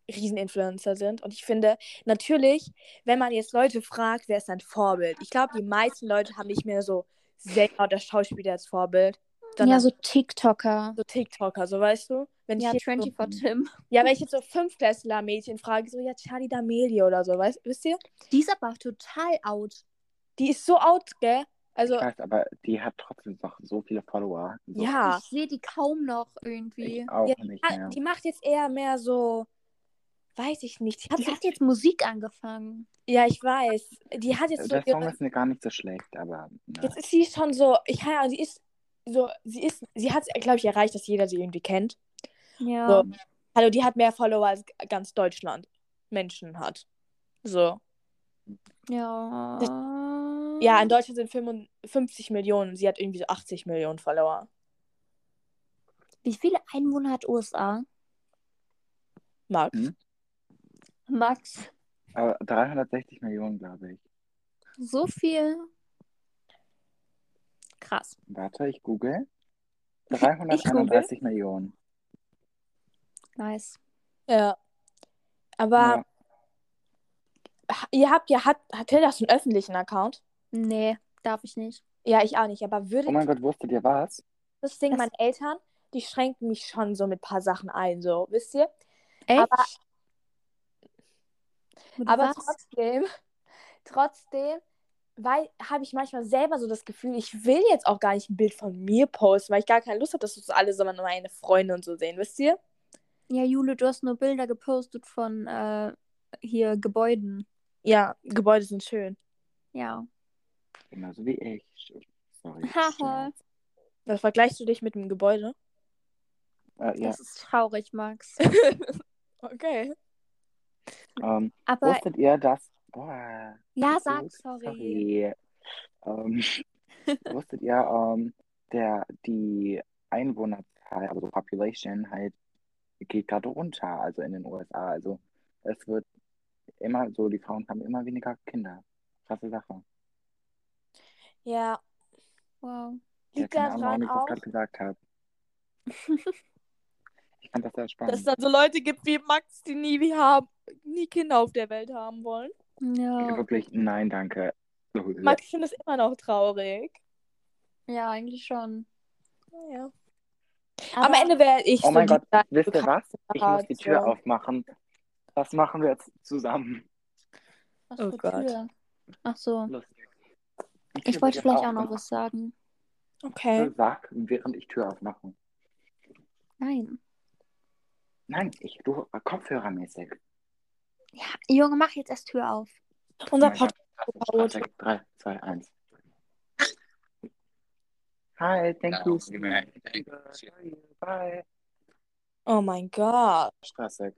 Speaker 1: Rieseninfluencer sind. Und ich finde, natürlich, wenn man jetzt Leute fragt, wer ist dein Vorbild? Ich glaube, die meisten Leute haben nicht mehr so Sänger oder Schauspieler als Vorbild, sondern
Speaker 3: ja, so TikToker.
Speaker 1: so TikToker, so weißt du? Wenn ich
Speaker 3: Ja,
Speaker 1: jetzt so
Speaker 3: 24 Tim.
Speaker 1: Ja, wenn ich jetzt so Fünftklässler-Mädchen frage, so, ja, Charlie D'Amelio oder so, weißt, wisst ihr?
Speaker 3: Die ist aber total out.
Speaker 1: Die ist so out, gell? Also,
Speaker 2: Ich weiß, aber die hat trotzdem noch so viele Follower. So
Speaker 1: ja.
Speaker 3: Ich sehe die kaum noch
Speaker 2: Ich
Speaker 3: irgendwie.
Speaker 2: auch
Speaker 1: Ja,
Speaker 2: nicht
Speaker 1: Ah,
Speaker 2: mehr.
Speaker 1: Die macht jetzt eher mehr so, weiß ich nicht. Die hat
Speaker 3: Die
Speaker 1: so,
Speaker 3: hat jetzt Musik angefangen.
Speaker 1: ja, ich weiß. Die hat jetzt so,
Speaker 2: Also Der Song
Speaker 1: ihre-
Speaker 2: ist mir gar nicht so schlecht, aber ne. na,
Speaker 1: jetzt ist sie schon so, ich keine Ahnung, sie ist so, sie ist, sie hat, glaube ich, erreicht, dass jeder sie irgendwie kennt.
Speaker 3: Ja.
Speaker 1: So. Also, die hat mehr Follower als ganz Deutschland Menschen hat. So.
Speaker 3: Ja.
Speaker 1: Ja,
Speaker 2: Mhm.
Speaker 1: in Deutschland sind 55 Millionen, sie hat irgendwie so 80 Millionen Follower.
Speaker 3: Wie viele Einwohner hat USA?
Speaker 1: Max.
Speaker 2: Hm?
Speaker 3: Max,
Speaker 2: Aber 360 Millionen, glaube ich.
Speaker 3: so viel. Krass.
Speaker 2: Warte, ich google.
Speaker 3: Ich
Speaker 2: 331 Millionen.
Speaker 3: Nice.
Speaker 1: Ja. Aber
Speaker 2: Ja.
Speaker 1: ha- ihr habt ja, hat, hat Tilda so einen öffentlichen Account?
Speaker 3: Nee, darf ich nicht.
Speaker 1: Ja, ich auch nicht. Aber würde
Speaker 2: Oh mein Gott, wusstet ihr was?
Speaker 1: das Ding,
Speaker 3: das-
Speaker 1: meine Eltern, die schränken mich schon so mit ein paar Sachen ein, so, wisst ihr?
Speaker 3: Echt?
Speaker 1: Aber-
Speaker 3: Mit
Speaker 1: Aber
Speaker 3: was?
Speaker 1: trotzdem, trotzdem, weil habe ich manchmal selber so das Gefühl, ich will jetzt auch gar nicht ein Bild von mir posten, weil ich gar keine Lust habe, dass das alle so meine Freunde und so sehen, wisst ihr?
Speaker 3: Ja, Jule, du hast nur Bilder gepostet von äh, hier Gebäuden.
Speaker 1: Ja, Gebäude sind schön.
Speaker 3: Ja.
Speaker 2: Genauso Genau, wie ich. Sorry.
Speaker 3: Haha.
Speaker 1: Was vergleichst du dich mit dem Gebäude?
Speaker 2: Äh, ja,
Speaker 3: Das ist traurig, Max.
Speaker 1: Okay.
Speaker 2: ähm,
Speaker 3: Aber
Speaker 2: wusstet ihr, dass. Boah,
Speaker 3: ja,
Speaker 2: gut,
Speaker 3: sag sorry.
Speaker 2: Ähm, wusstet ihr, ähm, der, die Einwohnerzahl, also Population, halt, geht gerade runter, also in den USA. Also es wird immer so, die Frauen haben immer weniger Kinder. Krasse Sache.
Speaker 1: Ja,
Speaker 3: Wow.
Speaker 2: Ich
Speaker 1: liegt
Speaker 2: keine
Speaker 1: daran
Speaker 2: Ahnung, warum ich das
Speaker 1: auch,
Speaker 2: gerade gesagt habe. ich fand das sehr
Speaker 1: dass es
Speaker 2: spannend.
Speaker 1: dann so Leute gibt wie Max, die nie, wie haben, nie Kinder auf der Welt haben wollen.
Speaker 3: Ja.
Speaker 2: Wirklich, nein, danke.
Speaker 1: Max, ich finde das immer noch traurig.
Speaker 3: Ja, eigentlich schon.
Speaker 1: Naja.
Speaker 3: Aber
Speaker 1: Am Ende wäre ich
Speaker 2: Oh
Speaker 1: so
Speaker 2: mein
Speaker 1: die,
Speaker 2: Gott,
Speaker 1: die
Speaker 2: wisst ihr was? Ich muss die Tür
Speaker 1: Generation.
Speaker 2: aufmachen. Das machen wir jetzt zusammen.
Speaker 3: Was
Speaker 1: Oh
Speaker 3: für
Speaker 1: Gott.
Speaker 3: Tür? Ach so.
Speaker 2: Lustig. Die Tür
Speaker 3: Ich wollte
Speaker 2: wird
Speaker 3: vielleicht
Speaker 2: jetzt
Speaker 3: auch noch
Speaker 2: aufgemacht.
Speaker 3: was sagen.
Speaker 1: Okay.
Speaker 2: Sag, während ich Tür aufmache.
Speaker 3: Nein.
Speaker 2: Nein, ich du kopfhörermäßig.
Speaker 3: Ja, Junge, mach jetzt erst Tür auf.
Speaker 2: Oh
Speaker 1: Unser
Speaker 2: Podcast.
Speaker 1: Podcast. Podcast.
Speaker 2: 3, 2, 1. Hi, thank you. Bye.
Speaker 1: Oh mein Gott.
Speaker 2: Stressig.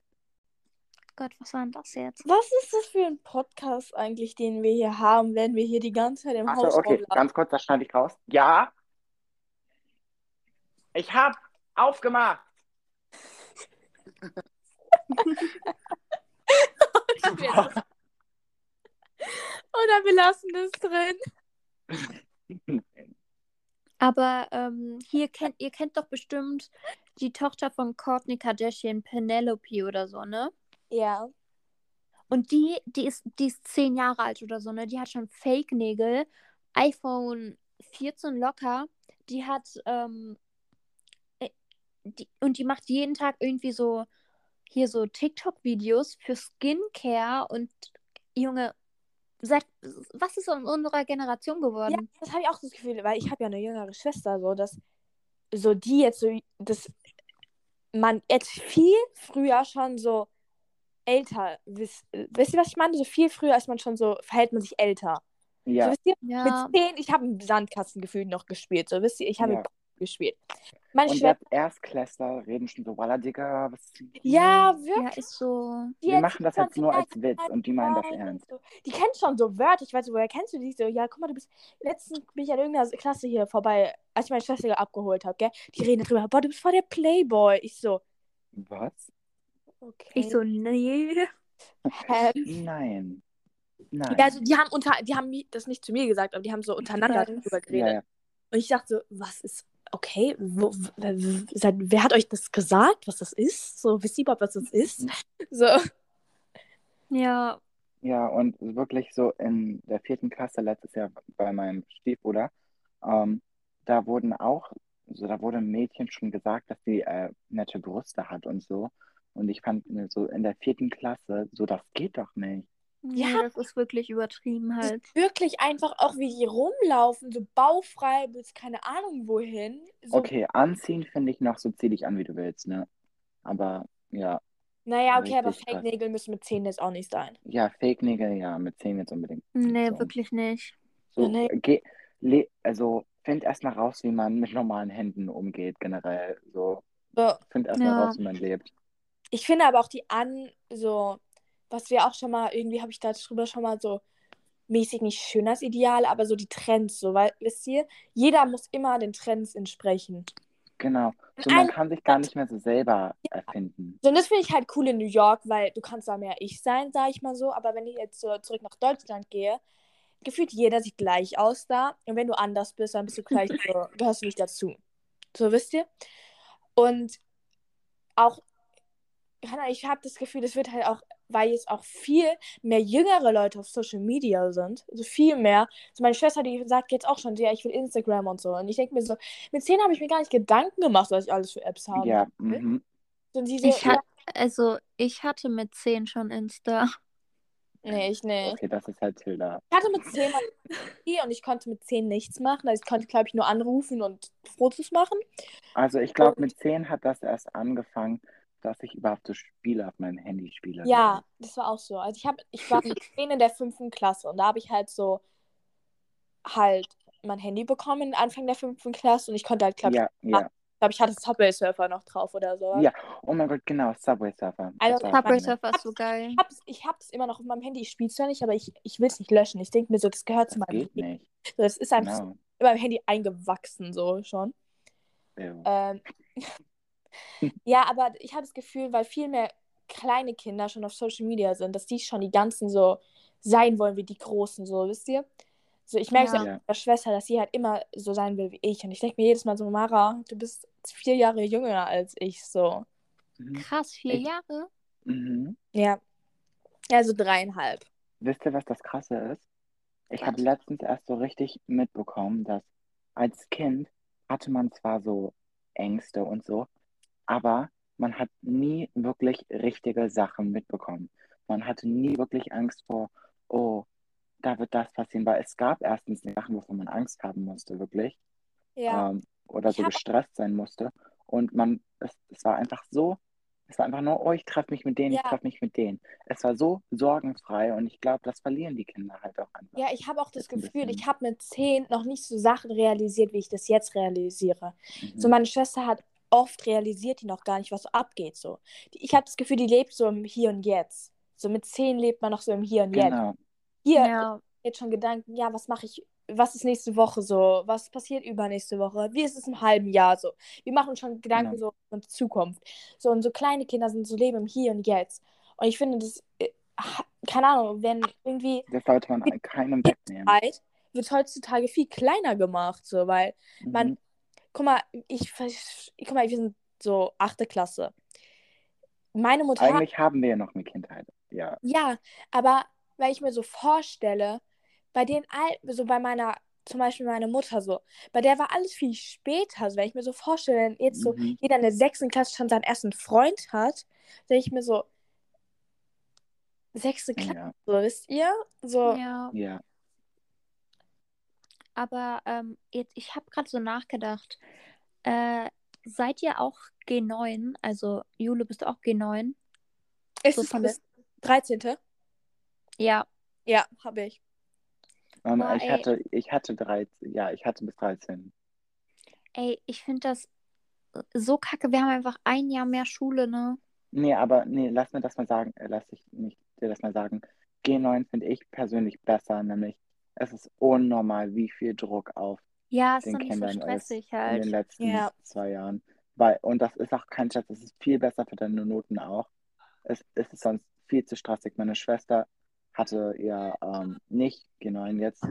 Speaker 3: Gott, was war denn das jetzt?
Speaker 1: Was ist das für ein Podcast eigentlich, den wir hier haben, wenn wir hier die ganze Zeit im Haus
Speaker 2: Achso, okay,
Speaker 1: rumlaufen?
Speaker 2: ganz kurz, das schneide ich raus. Ja. Ich hab aufgemacht.
Speaker 1: Und Oder wir lassen das drin.
Speaker 3: Aber ähm, hier kennt, ihr kennt doch bestimmt die Tochter von Kourtney Kardashian, Penelope oder so, ne?
Speaker 1: Ja.
Speaker 3: Und die, die ist, die ist zehn Jahre alt oder so, ne? Die hat schon Fake-Nägel, iPhone 14 locker. Die hat, ähm, äh, die, und die macht jeden Tag irgendwie so, hier so TikTok-Videos für Skincare und Junge, seit, was ist in unserer Generation
Speaker 1: ja
Speaker 3: geworden?
Speaker 1: das habe ich auch das Gefühl, weil ich habe ja eine jüngere Schwester, so dass so die jetzt so, dass man jetzt viel früher schon so älter, wisst, wisst ihr, was ich meine? So viel früher ist man schon so, verhält man sich älter. So,
Speaker 2: Ja,
Speaker 1: wisst ihr,
Speaker 3: Ja,
Speaker 1: Mit zehn, ich habe im Sandkastengefühl noch gespielt. So, wisst ihr, ich habe
Speaker 2: Ja.
Speaker 1: mit gespielt. Meine
Speaker 2: und
Speaker 1: Schwester.
Speaker 2: jetzt Erstklässler reden schon so, Walla, Digga, was ist denn hier?
Speaker 1: Ja, wirklich.
Speaker 3: ja, ist so.
Speaker 1: die
Speaker 2: Wir
Speaker 1: jetzt
Speaker 2: machen das
Speaker 1: schon
Speaker 2: jetzt nur
Speaker 1: total
Speaker 2: als Witz und die meinen das
Speaker 1: geil und
Speaker 2: ernst.
Speaker 1: So. Äh, Die kennt schon so Wörter. Ich weiß, nicht, woher kennst du die? So, ja, guck mal, du bist. Letztens bin ich an irgendeiner Klasse hier vorbei, als ich meine Schwester hier abgeholt habe, gell? Die reden drüber, boah, du bist voll der Playboy. Ich so,
Speaker 2: Was?
Speaker 1: okay.
Speaker 3: Ich so, nee.
Speaker 1: Ähm,
Speaker 2: Nein. Nein.
Speaker 1: ja, also die haben unter, die haben mi- das nicht zu mir gesagt, aber die haben so untereinander
Speaker 3: Nice.
Speaker 1: drüber geredet.
Speaker 2: ja, ja.
Speaker 1: Und ich dachte so, was ist, okay, wo, w- w- seit, wer hat euch das gesagt, was das ist? So, wisst ihr überhaupt, was das ist? So,
Speaker 3: Ja,
Speaker 2: ja, und wirklich so in der vierten Klasse letztes Jahr bei meinem Stiefbruder, ähm, da wurden auch, so da wurde ein Mädchen schon gesagt, dass sie äh, nette Brüste hat und so. Und ich fand mir so in der vierten Klasse, so das geht doch nicht.
Speaker 3: ja.
Speaker 1: Ja.
Speaker 3: das ist wirklich übertrieben halt.
Speaker 1: wirklich einfach auch wie die rumlaufen, so baufrei bis keine Ahnung wohin. So,
Speaker 2: Okay, anziehen finde ich noch so, zieh dich an, wie du willst, ne? Aber ja,
Speaker 1: Naja, okay, aber
Speaker 2: Richtig krass.
Speaker 1: Fake-Nägel müssen mit 10 jetzt auch nicht sein.
Speaker 2: ja, Fake-Nägel, ja, mit zehn jetzt unbedingt.
Speaker 3: Nee,
Speaker 2: So.
Speaker 3: wirklich nicht.
Speaker 2: So,
Speaker 1: Nee.
Speaker 2: geh, le, also find erst mal raus, wie man mit normalen Händen umgeht, generell. So,
Speaker 1: So,
Speaker 2: find erst
Speaker 3: Ja.
Speaker 2: mal raus, wie man lebt.
Speaker 1: ich finde aber auch die An, so, was wir auch schon mal, irgendwie habe ich da drüber schon mal so mäßig nicht Schönheitsideal, aber so die Trends, so, weil, wisst ihr, jeder muss immer den Trends entsprechen.
Speaker 2: Genau. So, man
Speaker 1: Ein-
Speaker 2: kann sich gar nicht mehr so selber erfinden.
Speaker 1: So, und das finde ich halt cool in New York, weil du kannst da mehr ich sein, sage ich mal so. Aber wenn ich jetzt so zurück nach Deutschland gehe, gefühlt jeder sieht gleich aus da. Und wenn du anders bist, dann bist du gleich so, gehörst du nicht dazu. So, wisst ihr? Und auch, keine Ahnung, ich habe das Gefühl, es wird halt auch, weil jetzt auch viel mehr jüngere Leute auf Social Media sind, also viel mehr. Also meine Schwester, die sagt jetzt auch schon, ja, ich will Instagram und so. Und ich denke mir so, mit 10 habe ich mir gar nicht Gedanken gemacht, was ich alles für Apps habe.
Speaker 2: Ja, mhm.
Speaker 1: Und sie so,
Speaker 3: Ich ha also, ich hatte mit 10 schon Insta.
Speaker 1: nee, ich nicht.
Speaker 2: okay, das ist halt Tilda.
Speaker 1: Ich hatte mit 10 mal Handy und ich konnte mit 10 nichts machen. Also ich konnte, glaube ich, nur anrufen und Fotos machen.
Speaker 2: Also ich glaube, mit 10 hat das erst angefangen, dass ich überhaupt so Spiele auf meinem Handy spiele.
Speaker 1: Ja, das war auch so. Also ich, hab, ich war mit 10 in der 5. Klasse und da habe ich halt so halt mein Handy bekommen, Anfang der 5. Klasse. Und ich konnte halt, glaube
Speaker 2: Ja, ja.
Speaker 1: ich, glaub, ich hatte Subway Surfer noch drauf oder so.
Speaker 2: Ja, oh mein Gott, genau, Subway Surfer.
Speaker 1: Also
Speaker 2: Das war
Speaker 3: Subway
Speaker 2: meine-
Speaker 3: Surfer ist so geil.
Speaker 1: Ich hab's, ich hab's immer noch auf meinem Handy, ich spiele es zwar nicht, aber ich, ich will es nicht löschen. Ich denke mir so, das gehört zu
Speaker 2: Das
Speaker 1: meinem
Speaker 2: geht
Speaker 1: Handy.
Speaker 2: nicht.
Speaker 1: So, das ist einfach so
Speaker 2: Genau.
Speaker 1: in meinem Handy eingewachsen, so schon.
Speaker 2: Ja.
Speaker 1: Ähm, ja, aber ich habe das Gefühl, weil viel mehr kleine Kinder schon auf Social Media sind, dass die schon die ganzen so sein wollen wie die Großen, so, wisst ihr? So, ich merke es
Speaker 3: Ja.
Speaker 1: ja. auch bei meiner Schwester, dass sie halt immer so sein will wie ich. Und ich denke mir jedes Mal so, Mara, du bist vier Jahre jünger als ich, so.
Speaker 2: Mhm.
Speaker 3: Krass, vier
Speaker 2: Ich-
Speaker 3: Jahre?
Speaker 2: Mhm.
Speaker 1: Ja. Also dreieinhalb.
Speaker 2: Wisst ihr, was das Krasse ist? Ich
Speaker 3: Was?
Speaker 2: habe letztens erst so richtig mitbekommen, dass als Kind hatte man zwar so Ängste und so, aber man hat nie wirklich richtige Sachen mitbekommen. Man hatte nie wirklich Angst vor, oh, da wird das passieren, weil es gab erstens nicht Sachen, wovon man Angst haben musste, wirklich,
Speaker 1: Ja.
Speaker 2: ähm, oder
Speaker 1: Ich
Speaker 2: so
Speaker 1: hab-
Speaker 2: gestresst sein musste. Und man, es, es war einfach so, es war einfach nur, oh, ich treffe mich mit denen,
Speaker 1: Ja.
Speaker 2: ich treffe mich mit denen es war so sorgenfrei und ich glaube, das verlieren die Kinder halt auch einfach.
Speaker 1: Ja, ich habe auch das
Speaker 2: Jetzt ein
Speaker 1: Gefühl,
Speaker 2: bisschen.
Speaker 1: ich habe mit zehn noch nicht so Sachen realisiert, wie ich das jetzt realisiere.
Speaker 2: Mhm.
Speaker 1: So, meine Schwester hat oft realisiert die noch gar nicht, was so abgeht. So. Die- Ich habe das Gefühl, die lebt so im Hier und Jetzt. So mit zehn lebt man noch so im Hier und Jetzt.
Speaker 2: genau.
Speaker 1: Hier
Speaker 3: Ja.
Speaker 1: jetzt schon Gedanken, ja, was mache ich, was ist nächste Woche so, was passiert übernächste Woche, wie ist es im halben Jahr so. Wir machen uns schon Gedanken
Speaker 2: Genau.
Speaker 1: so um die Zukunft. So, und so kleine Kinder sind so leben im Hier und Jetzt. Und ich finde, das, äh, ha- keine Ahnung, wenn irgendwie
Speaker 2: Das sollte man an keinem wegnehmen.
Speaker 1: Zeit wird heutzutage viel kleiner gemacht, so, weil man-
Speaker 2: Mhm.
Speaker 1: guck mal, ich, vers- guck mal, wir sind so achte Klasse. Meine Mutter,
Speaker 2: Eigentlich haben wir ja noch eine Kindheit. Ja.
Speaker 1: ja, aber wenn ich mir so vorstelle, bei den alten, so bei meiner, zum Beispiel meine Mutter so, bei der war alles viel später, so wenn ich mir so vorstelle, wenn jetzt so
Speaker 2: Mhm.
Speaker 1: jeder in der sechsten Klasse schon seinen ersten Freund hat, denke ich mir so, sechste Klasse,
Speaker 2: Ja.
Speaker 1: wisst ihr? So,
Speaker 3: ja.
Speaker 2: ja.
Speaker 3: Aber ähm, jetzt, ich habe gerade so nachgedacht. Äh, seid ihr auch G9? Also, Jule, bist du auch G9?
Speaker 1: ist
Speaker 3: so
Speaker 1: es
Speaker 3: von
Speaker 1: das 13.
Speaker 3: Ja.
Speaker 1: Ja, habe ich.
Speaker 2: Ähm,
Speaker 1: Ah,
Speaker 3: Boah,
Speaker 2: ich
Speaker 3: ey.
Speaker 2: hatte, ich hatte 13, ja, ich hatte bis 13.
Speaker 3: Ey, ich finde das äh, so kacke. Wir haben einfach ein Jahr mehr Schule, ne?
Speaker 2: Nee, aber nee, lass mir das mal sagen, äh, lass ich mich dir das mal sagen. G9 finde ich persönlich besser, nämlich es ist unnormal, wie viel Druck auf
Speaker 3: Ja, ist
Speaker 2: Den
Speaker 3: doch nicht so
Speaker 2: Kindern ist
Speaker 3: stressig
Speaker 2: in den
Speaker 3: halt.
Speaker 2: letzten
Speaker 1: Ja.
Speaker 2: zwei Jahren. Weil, und das ist auch kein Scherz, das ist viel besser für deine Noten auch. Es, es ist sonst viel zu stressig. Meine Schwester hatte ja ähm, nicht G9 jetzt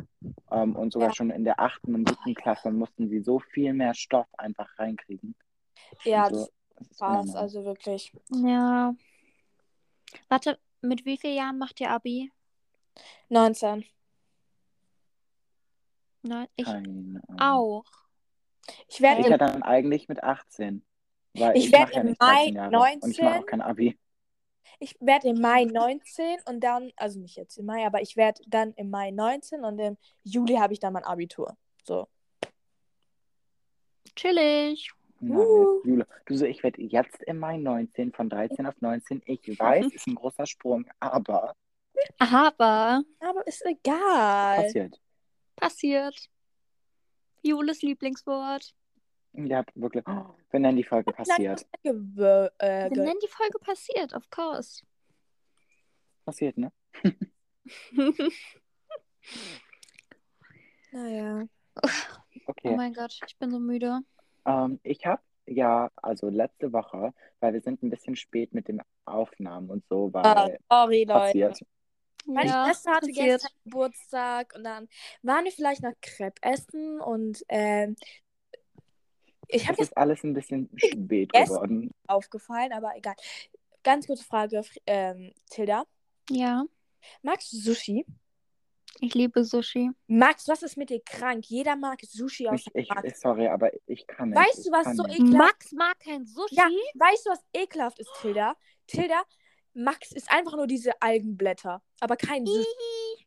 Speaker 2: ähm, und sogar
Speaker 1: Ja.
Speaker 2: schon in der achten und siebten Klasse mussten sie so viel mehr Stoff einfach reinkriegen.
Speaker 1: Ja,
Speaker 2: Also,
Speaker 1: das
Speaker 2: das ist
Speaker 1: war's,
Speaker 2: unnormal.
Speaker 1: also wirklich.
Speaker 3: Ja. Warte, mit wie vielen Jahren macht ihr Abi?
Speaker 1: 19.
Speaker 3: Nein, Ne? ich
Speaker 2: Keine Ahnung.
Speaker 3: auch.
Speaker 1: Ich werde
Speaker 2: Ich ja dann eigentlich mit 18. Weil
Speaker 1: Ich
Speaker 2: ich,
Speaker 1: werd
Speaker 2: mache ja
Speaker 1: im
Speaker 2: nicht
Speaker 1: Mai
Speaker 2: 13 Jahre und ich mache
Speaker 1: 19.
Speaker 2: auch kein Abi.
Speaker 1: Ich werde im Mai 19 und dann, also nicht jetzt im Mai, aber ich werde dann im Mai 19 und im Juli habe ich dann mein Abitur. So.
Speaker 3: Chillig.
Speaker 2: Nice.
Speaker 1: Uh.
Speaker 2: Jule. Du so, ich werde jetzt im Mai 19, von 13 auf 19. Ich weiß, ist ein großer Sprung, aber
Speaker 3: Aber
Speaker 1: Aber ist egal.
Speaker 2: passiert.
Speaker 3: passiert. Jules Lieblingswort.
Speaker 2: Ja, wirklich. Oh, Wenn dann die Folge passiert.
Speaker 1: Ge- äh,
Speaker 3: Wir
Speaker 1: ge-
Speaker 3: nennen die Folge passiert, of course.
Speaker 2: Passiert, ne?
Speaker 1: Naja.
Speaker 3: Oh
Speaker 2: Okay.
Speaker 3: Oh
Speaker 1: Oh
Speaker 3: mein Gott, ich bin so müde.
Speaker 2: Ähm, ich habe ja, also letzte Woche, weil wir sind ein bisschen spät mit den Aufnahmen und so,
Speaker 1: Ah,
Speaker 2: weil
Speaker 1: sorry, Leute.
Speaker 2: passiert.
Speaker 1: Meine
Speaker 3: Ja,
Speaker 1: Schwester hatte
Speaker 3: passiert.
Speaker 1: gestern Geburtstag und dann waren wir vielleicht noch Crepe essen und ähm, ich
Speaker 2: Es
Speaker 1: habe jetzt
Speaker 2: ist alles ein bisschen spät
Speaker 1: Yes.
Speaker 2: geworden.
Speaker 1: aufgefallen, aber egal. Ganz kurze Frage, Fr- ähm, Tilda.
Speaker 3: Ja,
Speaker 1: Magst du Sushi?
Speaker 3: ich liebe Sushi.
Speaker 1: Max, was ist mit dir krank? Jeder mag Sushi aus
Speaker 2: Ich,
Speaker 1: der
Speaker 2: ich,
Speaker 1: Markt.
Speaker 2: sorry, aber ich kann nicht.
Speaker 1: Weißt
Speaker 2: ich
Speaker 1: du, was
Speaker 2: kann
Speaker 1: so
Speaker 2: nicht.
Speaker 1: Ekelhaft.
Speaker 3: Max mag kein Sushi.
Speaker 1: Ja. Weißt du, was ekelhaft ist, Tilda? Tilda, Max ist einfach nur diese Algenblätter, aber kein Sushi.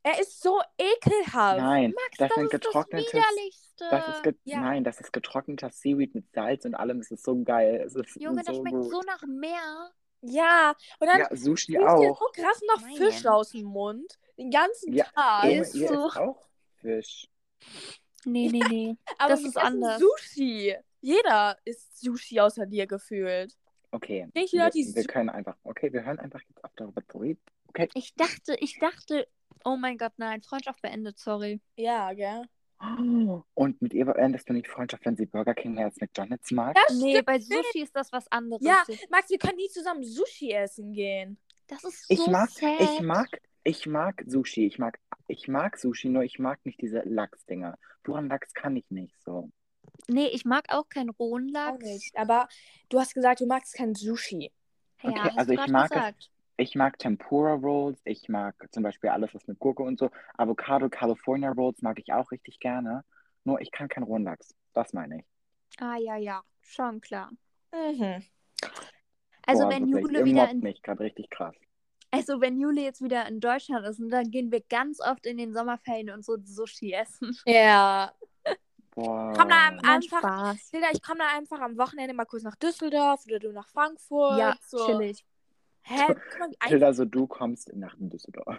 Speaker 1: Er ist so ekelhaft.
Speaker 2: Hm. Nein,
Speaker 3: Max,
Speaker 2: das,
Speaker 3: das,
Speaker 2: sind
Speaker 3: ist das
Speaker 2: getrocknete.
Speaker 3: Widerlichste.
Speaker 2: Das ist ge
Speaker 1: Ja.
Speaker 2: Nein, das ist getrockneter Seaweed mit Salz und allem. Es ist so geil. Es ist
Speaker 3: Junge,
Speaker 2: so
Speaker 3: das schmeckt
Speaker 2: gut.
Speaker 3: so nach Meer.
Speaker 1: Ja, und dann
Speaker 2: Ja, Sushi
Speaker 1: riecht dir
Speaker 2: auch.
Speaker 1: so krass nach
Speaker 3: Nein.
Speaker 1: Fisch aus dem Mund. Den ganzen
Speaker 2: Ja,
Speaker 1: Tag.
Speaker 2: Junge,
Speaker 3: ist
Speaker 2: ihr
Speaker 3: so.
Speaker 2: isst auch Fisch.
Speaker 3: Nee, nee, nee.
Speaker 1: Aber
Speaker 3: das
Speaker 1: wir
Speaker 3: ist
Speaker 1: essen
Speaker 3: anders.
Speaker 1: Sushi. Jeder isst Sushi außer dir gefühlt.
Speaker 2: Okay.
Speaker 1: Nicht die
Speaker 2: Wir,
Speaker 1: Leute, die
Speaker 2: wir
Speaker 1: Su-
Speaker 2: können einfach. Okay, wir hören einfach jetzt auf darüber zu reden. Okay.
Speaker 3: Ich dachte, ich dachte, oh mein Gott, nein, Freundschaft beendet, sorry.
Speaker 1: Ja, gell?
Speaker 2: Oh, Und mit ihr beendest du nicht Freundschaft, wenn sie Burger King mehr als McDonalds mag?
Speaker 3: Nee, bei Sushi ist das was anderes.
Speaker 1: Ja. Max, wir können nie zusammen Sushi essen gehen.
Speaker 3: Das ist so
Speaker 2: Ich mag,
Speaker 3: sad.
Speaker 2: ich mag, ich mag Sushi. Ich mag, ich mag Sushi, nur ich mag nicht diese Lachsdinger. Puren Lachs kann ich nicht so.
Speaker 3: Nee, ich mag auch keinen rohen
Speaker 1: Auch
Speaker 3: Lachs.
Speaker 1: nicht. Aber du hast gesagt, du magst kein Sushi.
Speaker 3: Ja,
Speaker 2: Okay,
Speaker 3: hast
Speaker 2: also
Speaker 3: du
Speaker 2: ich
Speaker 3: grad
Speaker 2: mag es.
Speaker 3: gesagt.
Speaker 2: Ich mag Tempura Rolls, ich mag zum Beispiel alles, was mit Gurke und so. Avocado California Rolls mag ich auch richtig gerne. Nur ich kann keinen rohen Lachs. Das meine ich.
Speaker 3: Ah, ja, ja, schon klar.
Speaker 1: Mhm.
Speaker 3: Also
Speaker 2: Boah,
Speaker 3: wenn
Speaker 2: wirklich,
Speaker 3: Jule
Speaker 2: ihr
Speaker 3: wieder
Speaker 2: mobbt
Speaker 3: in
Speaker 2: mich gerade richtig krass.
Speaker 3: Also wenn Jule jetzt wieder in Deutschland ist, und dann gehen wir ganz oft in den Sommerferien und so Sushi essen.
Speaker 1: Ja.
Speaker 2: Boah.
Speaker 1: Komm dann
Speaker 3: Nein,
Speaker 1: einfach.
Speaker 3: Spaß.
Speaker 1: Silda, ich komme dann einfach am Wochenende mal kurz nach Düsseldorf oder du nach Frankfurt.
Speaker 3: Ja,
Speaker 1: so.
Speaker 3: chillig.
Speaker 1: Hä? Guck mal, wie ein-
Speaker 2: Tilda, so du kommst nach Düsseldorf.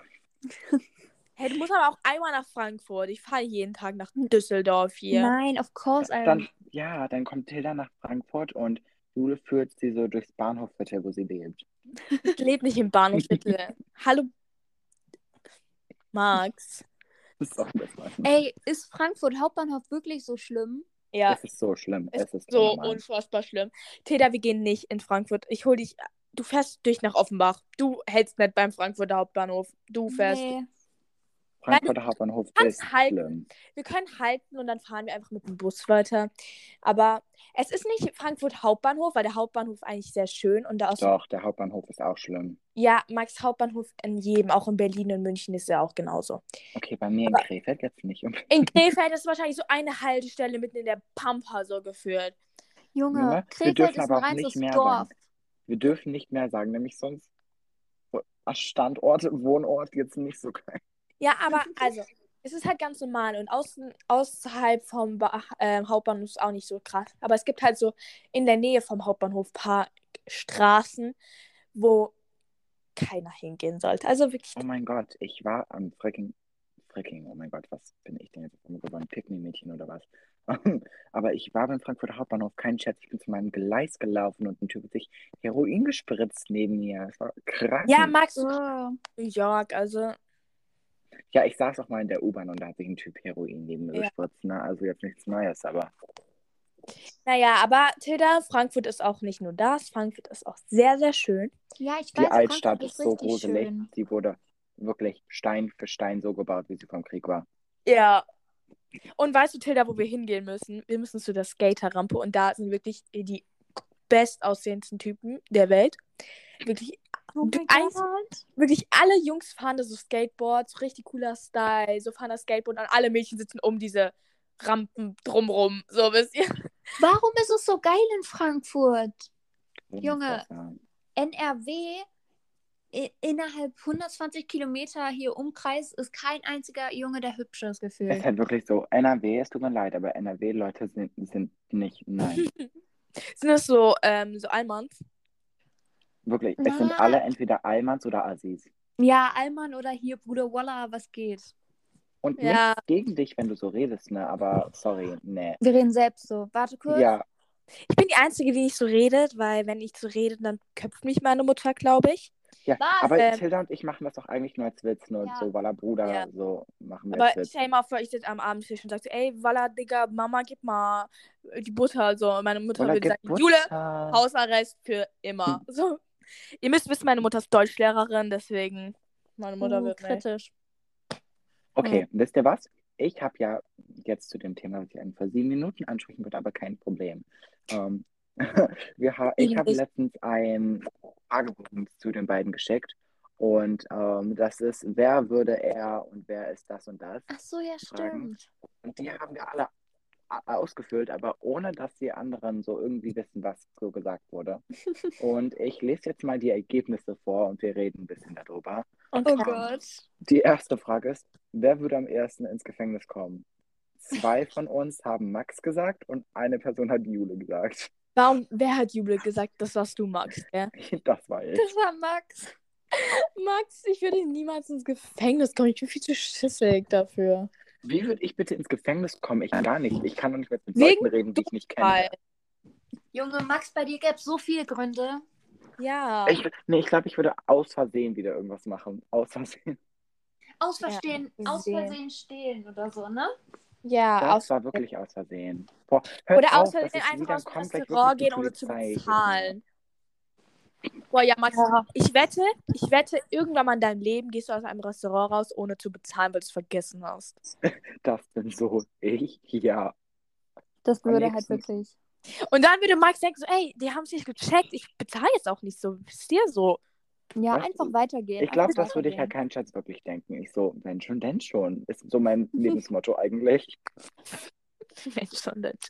Speaker 1: Hä, du musst aber auch einmal nach Frankfurt. Ich fahre jeden Tag nach Düsseldorf hier.
Speaker 3: Nein, of course.
Speaker 2: Dann, ja, dann kommt Tilda nach Frankfurt und Jule führt sie so durchs Bahnhofsviertel, wo sie lebt.
Speaker 1: Ich lebe nicht im Bahnhofsviertel. Hallo. Max.
Speaker 2: Das ist auch besser.
Speaker 3: Ey, ist Frankfurt Hauptbahnhof wirklich so schlimm?
Speaker 1: Ja,
Speaker 2: Es ist so schlimm.
Speaker 1: Es
Speaker 2: es ist
Speaker 1: so
Speaker 2: unnormal.
Speaker 1: unfassbar schlimm. Teda, wir gehen nicht in Frankfurt. Ich hol dich. Du fährst durch nach Offenbach. Du hältst nicht beim Frankfurter Hauptbahnhof. Du fährst.
Speaker 3: Nee.
Speaker 2: Frankfurter Hauptbahnhof
Speaker 1: kannst
Speaker 2: ist
Speaker 1: halten.
Speaker 2: schlimm.
Speaker 1: Wir können halten und dann fahren wir einfach mit dem Bus weiter. Aber es ist nicht Frankfurt Hauptbahnhof, weil der Hauptbahnhof eigentlich sehr schön und da aus.
Speaker 2: Doch, der Hauptbahnhof ist auch schlimm.
Speaker 1: Ja, Max Hauptbahnhof in jedem, auch in Berlin und München ist er auch genauso.
Speaker 2: Okay, bei mir in
Speaker 1: Aber-
Speaker 2: Krefeld jetzt nicht. Um,
Speaker 1: In Krefeld ist wahrscheinlich so eine Haltestelle mitten in der Pampa so geführt.
Speaker 3: Junge,
Speaker 2: Junge, wir
Speaker 3: Krefeld
Speaker 2: dürfen
Speaker 3: ist ein
Speaker 2: aber auch
Speaker 3: reines
Speaker 2: nicht mehr
Speaker 3: Dorf.
Speaker 2: sagen. wir dürfen nicht mehr sagen, nämlich sonst Standorte, Wohnort jetzt nicht so geil.
Speaker 1: Ja, aber also, es ist halt ganz normal und außen, außerhalb vom ba ähm, Hauptbahnhof ist auch nicht so krass. Aber es gibt halt so in der Nähe vom Hauptbahnhof paar Straßen, wo keiner hingehen sollte. Also wirklich,
Speaker 2: Oh mein Gott, ich war am Fricking, Fricking, oh mein Gott, was bin ich denn jetzt auf einmal geworden? Picknick-Mädchen oder was? Aber ich war beim Frankfurter Hauptbahnhof, kein Scherz, ich bin zu meinem Gleis gelaufen und ein Typ hat sich Heroin gespritzt neben mir. Es war krank.
Speaker 1: ja, Max,
Speaker 3: Oh.
Speaker 1: New York, also,
Speaker 2: Ja, ich saß auch mal in der U-Bahn und da hat sich ein Typ Heroin neben mir
Speaker 1: Ja.
Speaker 2: gespritzt. Ne? Also jetzt nichts Neues, aber
Speaker 1: naja, aber Tilda, Frankfurt ist auch nicht nur das, Frankfurt ist auch sehr, sehr schön.
Speaker 3: Ja, ich weiß,
Speaker 2: die Altstadt
Speaker 3: Frankfurt
Speaker 2: ist so
Speaker 3: richtig
Speaker 2: gruselig.
Speaker 3: schön.
Speaker 2: Sie wurde wirklich Stein für Stein so gebaut, wie sie vom Krieg war.
Speaker 1: Ja. Und weißt du, Tilda, wo wir hingehen müssen? Wir müssen zu der Skaterrampe und da sind wirklich die bestaussehendsten Typen der Welt. Wirklich
Speaker 3: Oh mein
Speaker 1: Eins-
Speaker 3: Gott.
Speaker 1: wirklich alle Jungs fahren da so Skateboards, so richtig cooler Style, so fahren da Skateboard und alle Mädchen sitzen um diese Rampen drumrum, so wisst ihr.
Speaker 3: Warum ist es so geil in Frankfurt?
Speaker 2: So
Speaker 3: Junge.
Speaker 2: muss das sein.
Speaker 3: NRW i- innerhalb 120 Kilometer hier Umkreis ist kein einziger Junge, der hübsch ist
Speaker 2: Es ist
Speaker 3: gefühlt.
Speaker 2: halt wirklich so, NRW, es tut mir leid, aber NRW-Leute sind, sind nicht, nein.
Speaker 1: Sind das so, ähm, so Almans?
Speaker 2: Wirklich, es sind
Speaker 3: Na.
Speaker 2: alle entweder Almans oder Assis.
Speaker 3: Ja, Alman oder hier Bruder Walla, was geht?
Speaker 2: Und
Speaker 1: Ja.
Speaker 2: nichts gegen dich, wenn du so redest, ne, aber sorry, ne.
Speaker 3: Wir reden selbst so. Warte kurz.
Speaker 2: Ja,
Speaker 1: Ich bin die Einzige, die nicht so redet, weil wenn ich so rede, dann köpft mich meine Mutter, glaube ich.
Speaker 2: Ja,
Speaker 1: Was?
Speaker 2: aber
Speaker 1: Ähm.
Speaker 2: Tilda und ich machen das doch eigentlich nur als Witz, nur
Speaker 3: Ja.
Speaker 2: so, weil er Bruder,
Speaker 1: Ja.
Speaker 2: so machen wir
Speaker 1: Aber
Speaker 2: als Witz.
Speaker 1: stell dir mal vor, ich sitze am Abendtisch und sag so, ey, Walla, Digga, Mama, gib mal die Butter. So, und meine Mutter
Speaker 2: Oder
Speaker 1: würde sagen,
Speaker 2: Geburtstag.
Speaker 1: Jule, Hausarrest für immer. So. Ihr müsst wissen, meine Mutter ist Deutschlehrerin, deswegen meine Mutter
Speaker 3: Uh,
Speaker 1: wird nicht.
Speaker 3: kritisch.
Speaker 2: Okay, wisst ihr was? Ich habe ja jetzt zu dem Thema, was ich in vor sieben Minuten ansprechen würde, aber kein Problem. Ähm, wir ha ich habe
Speaker 1: Ähnlich.
Speaker 2: letztens ein Fragebogen zu den beiden geschickt und ähm, das ist, wer würde er und wer ist das und das?
Speaker 3: Ach so, ja,
Speaker 2: Fragen?
Speaker 3: stimmt.
Speaker 2: Und die haben wir alle a- ausgefüllt, aber ohne dass die anderen so irgendwie wissen, was so gesagt wurde. Und ich lese jetzt mal die Ergebnisse vor und wir reden ein bisschen darüber.
Speaker 3: Oh
Speaker 1: Okay.
Speaker 3: Gott.
Speaker 2: Die erste Frage ist, wer würde am ersten ins Gefängnis kommen? Zwei von uns haben Max gesagt und eine Person hat Jule gesagt.
Speaker 1: Warum, wer hat Jubel gesagt, das was du magst, gell?
Speaker 2: Das war ich.
Speaker 3: Das war Max.
Speaker 1: Max, ich würde niemals ins Gefängnis kommen. Ich bin viel zu schissig dafür.
Speaker 2: Wie würde ich bitte ins Gefängnis kommen? Ich gar nicht. Ich kann doch nicht mehr mit
Speaker 1: Wegen
Speaker 2: Leuten reden, die ich nicht
Speaker 1: Weil,
Speaker 2: kenne.
Speaker 3: Junge, Max, bei dir gäbe es so viele Gründe.
Speaker 1: ja.
Speaker 2: Ich, nee, ich glaube, ich würde aus Versehen wieder irgendwas machen. Aus Versehen.
Speaker 3: Aus
Speaker 1: Ja,
Speaker 3: Versehen,
Speaker 1: sehen.
Speaker 3: aus Versehen stehlen oder so, ne?
Speaker 1: ja,
Speaker 2: Das
Speaker 1: Ah, aus,
Speaker 2: war wirklich aus Versehen. Boah, hört
Speaker 1: oder aus
Speaker 2: auf, das
Speaker 1: Versehen
Speaker 2: ist
Speaker 1: einfach
Speaker 2: wieder-
Speaker 1: aus dem
Speaker 2: kommt gleich
Speaker 1: Restaurant
Speaker 2: wirklich die
Speaker 1: gehen, ohne zu
Speaker 2: Polizei.
Speaker 1: bezahlen. Boah, ja, Max,
Speaker 3: Ja.
Speaker 1: ich wette, ich wette, irgendwann mal in deinem Leben gehst du aus einem Restaurant raus, ohne zu bezahlen, weil du es vergessen hast.
Speaker 2: Das bin so ich. Ja.
Speaker 3: Das
Speaker 2: Am würde halt liebsten.
Speaker 3: wirklich.
Speaker 1: Und dann würde Max denken, so, ey, die haben es nicht gecheckt, ich bezahle jetzt auch nicht so. Wisst ihr so?
Speaker 3: Ja,
Speaker 2: Weißt du,
Speaker 3: einfach weitergehen.
Speaker 2: Ich glaube,
Speaker 3: einfach
Speaker 2: das würde ich halt
Speaker 3: weitergehen.
Speaker 2: keinen Schatz wirklich denken. Ich so, wenn schon, denn schon. Ist so mein Lebensmotto eigentlich.
Speaker 1: Mensch, schon nicht.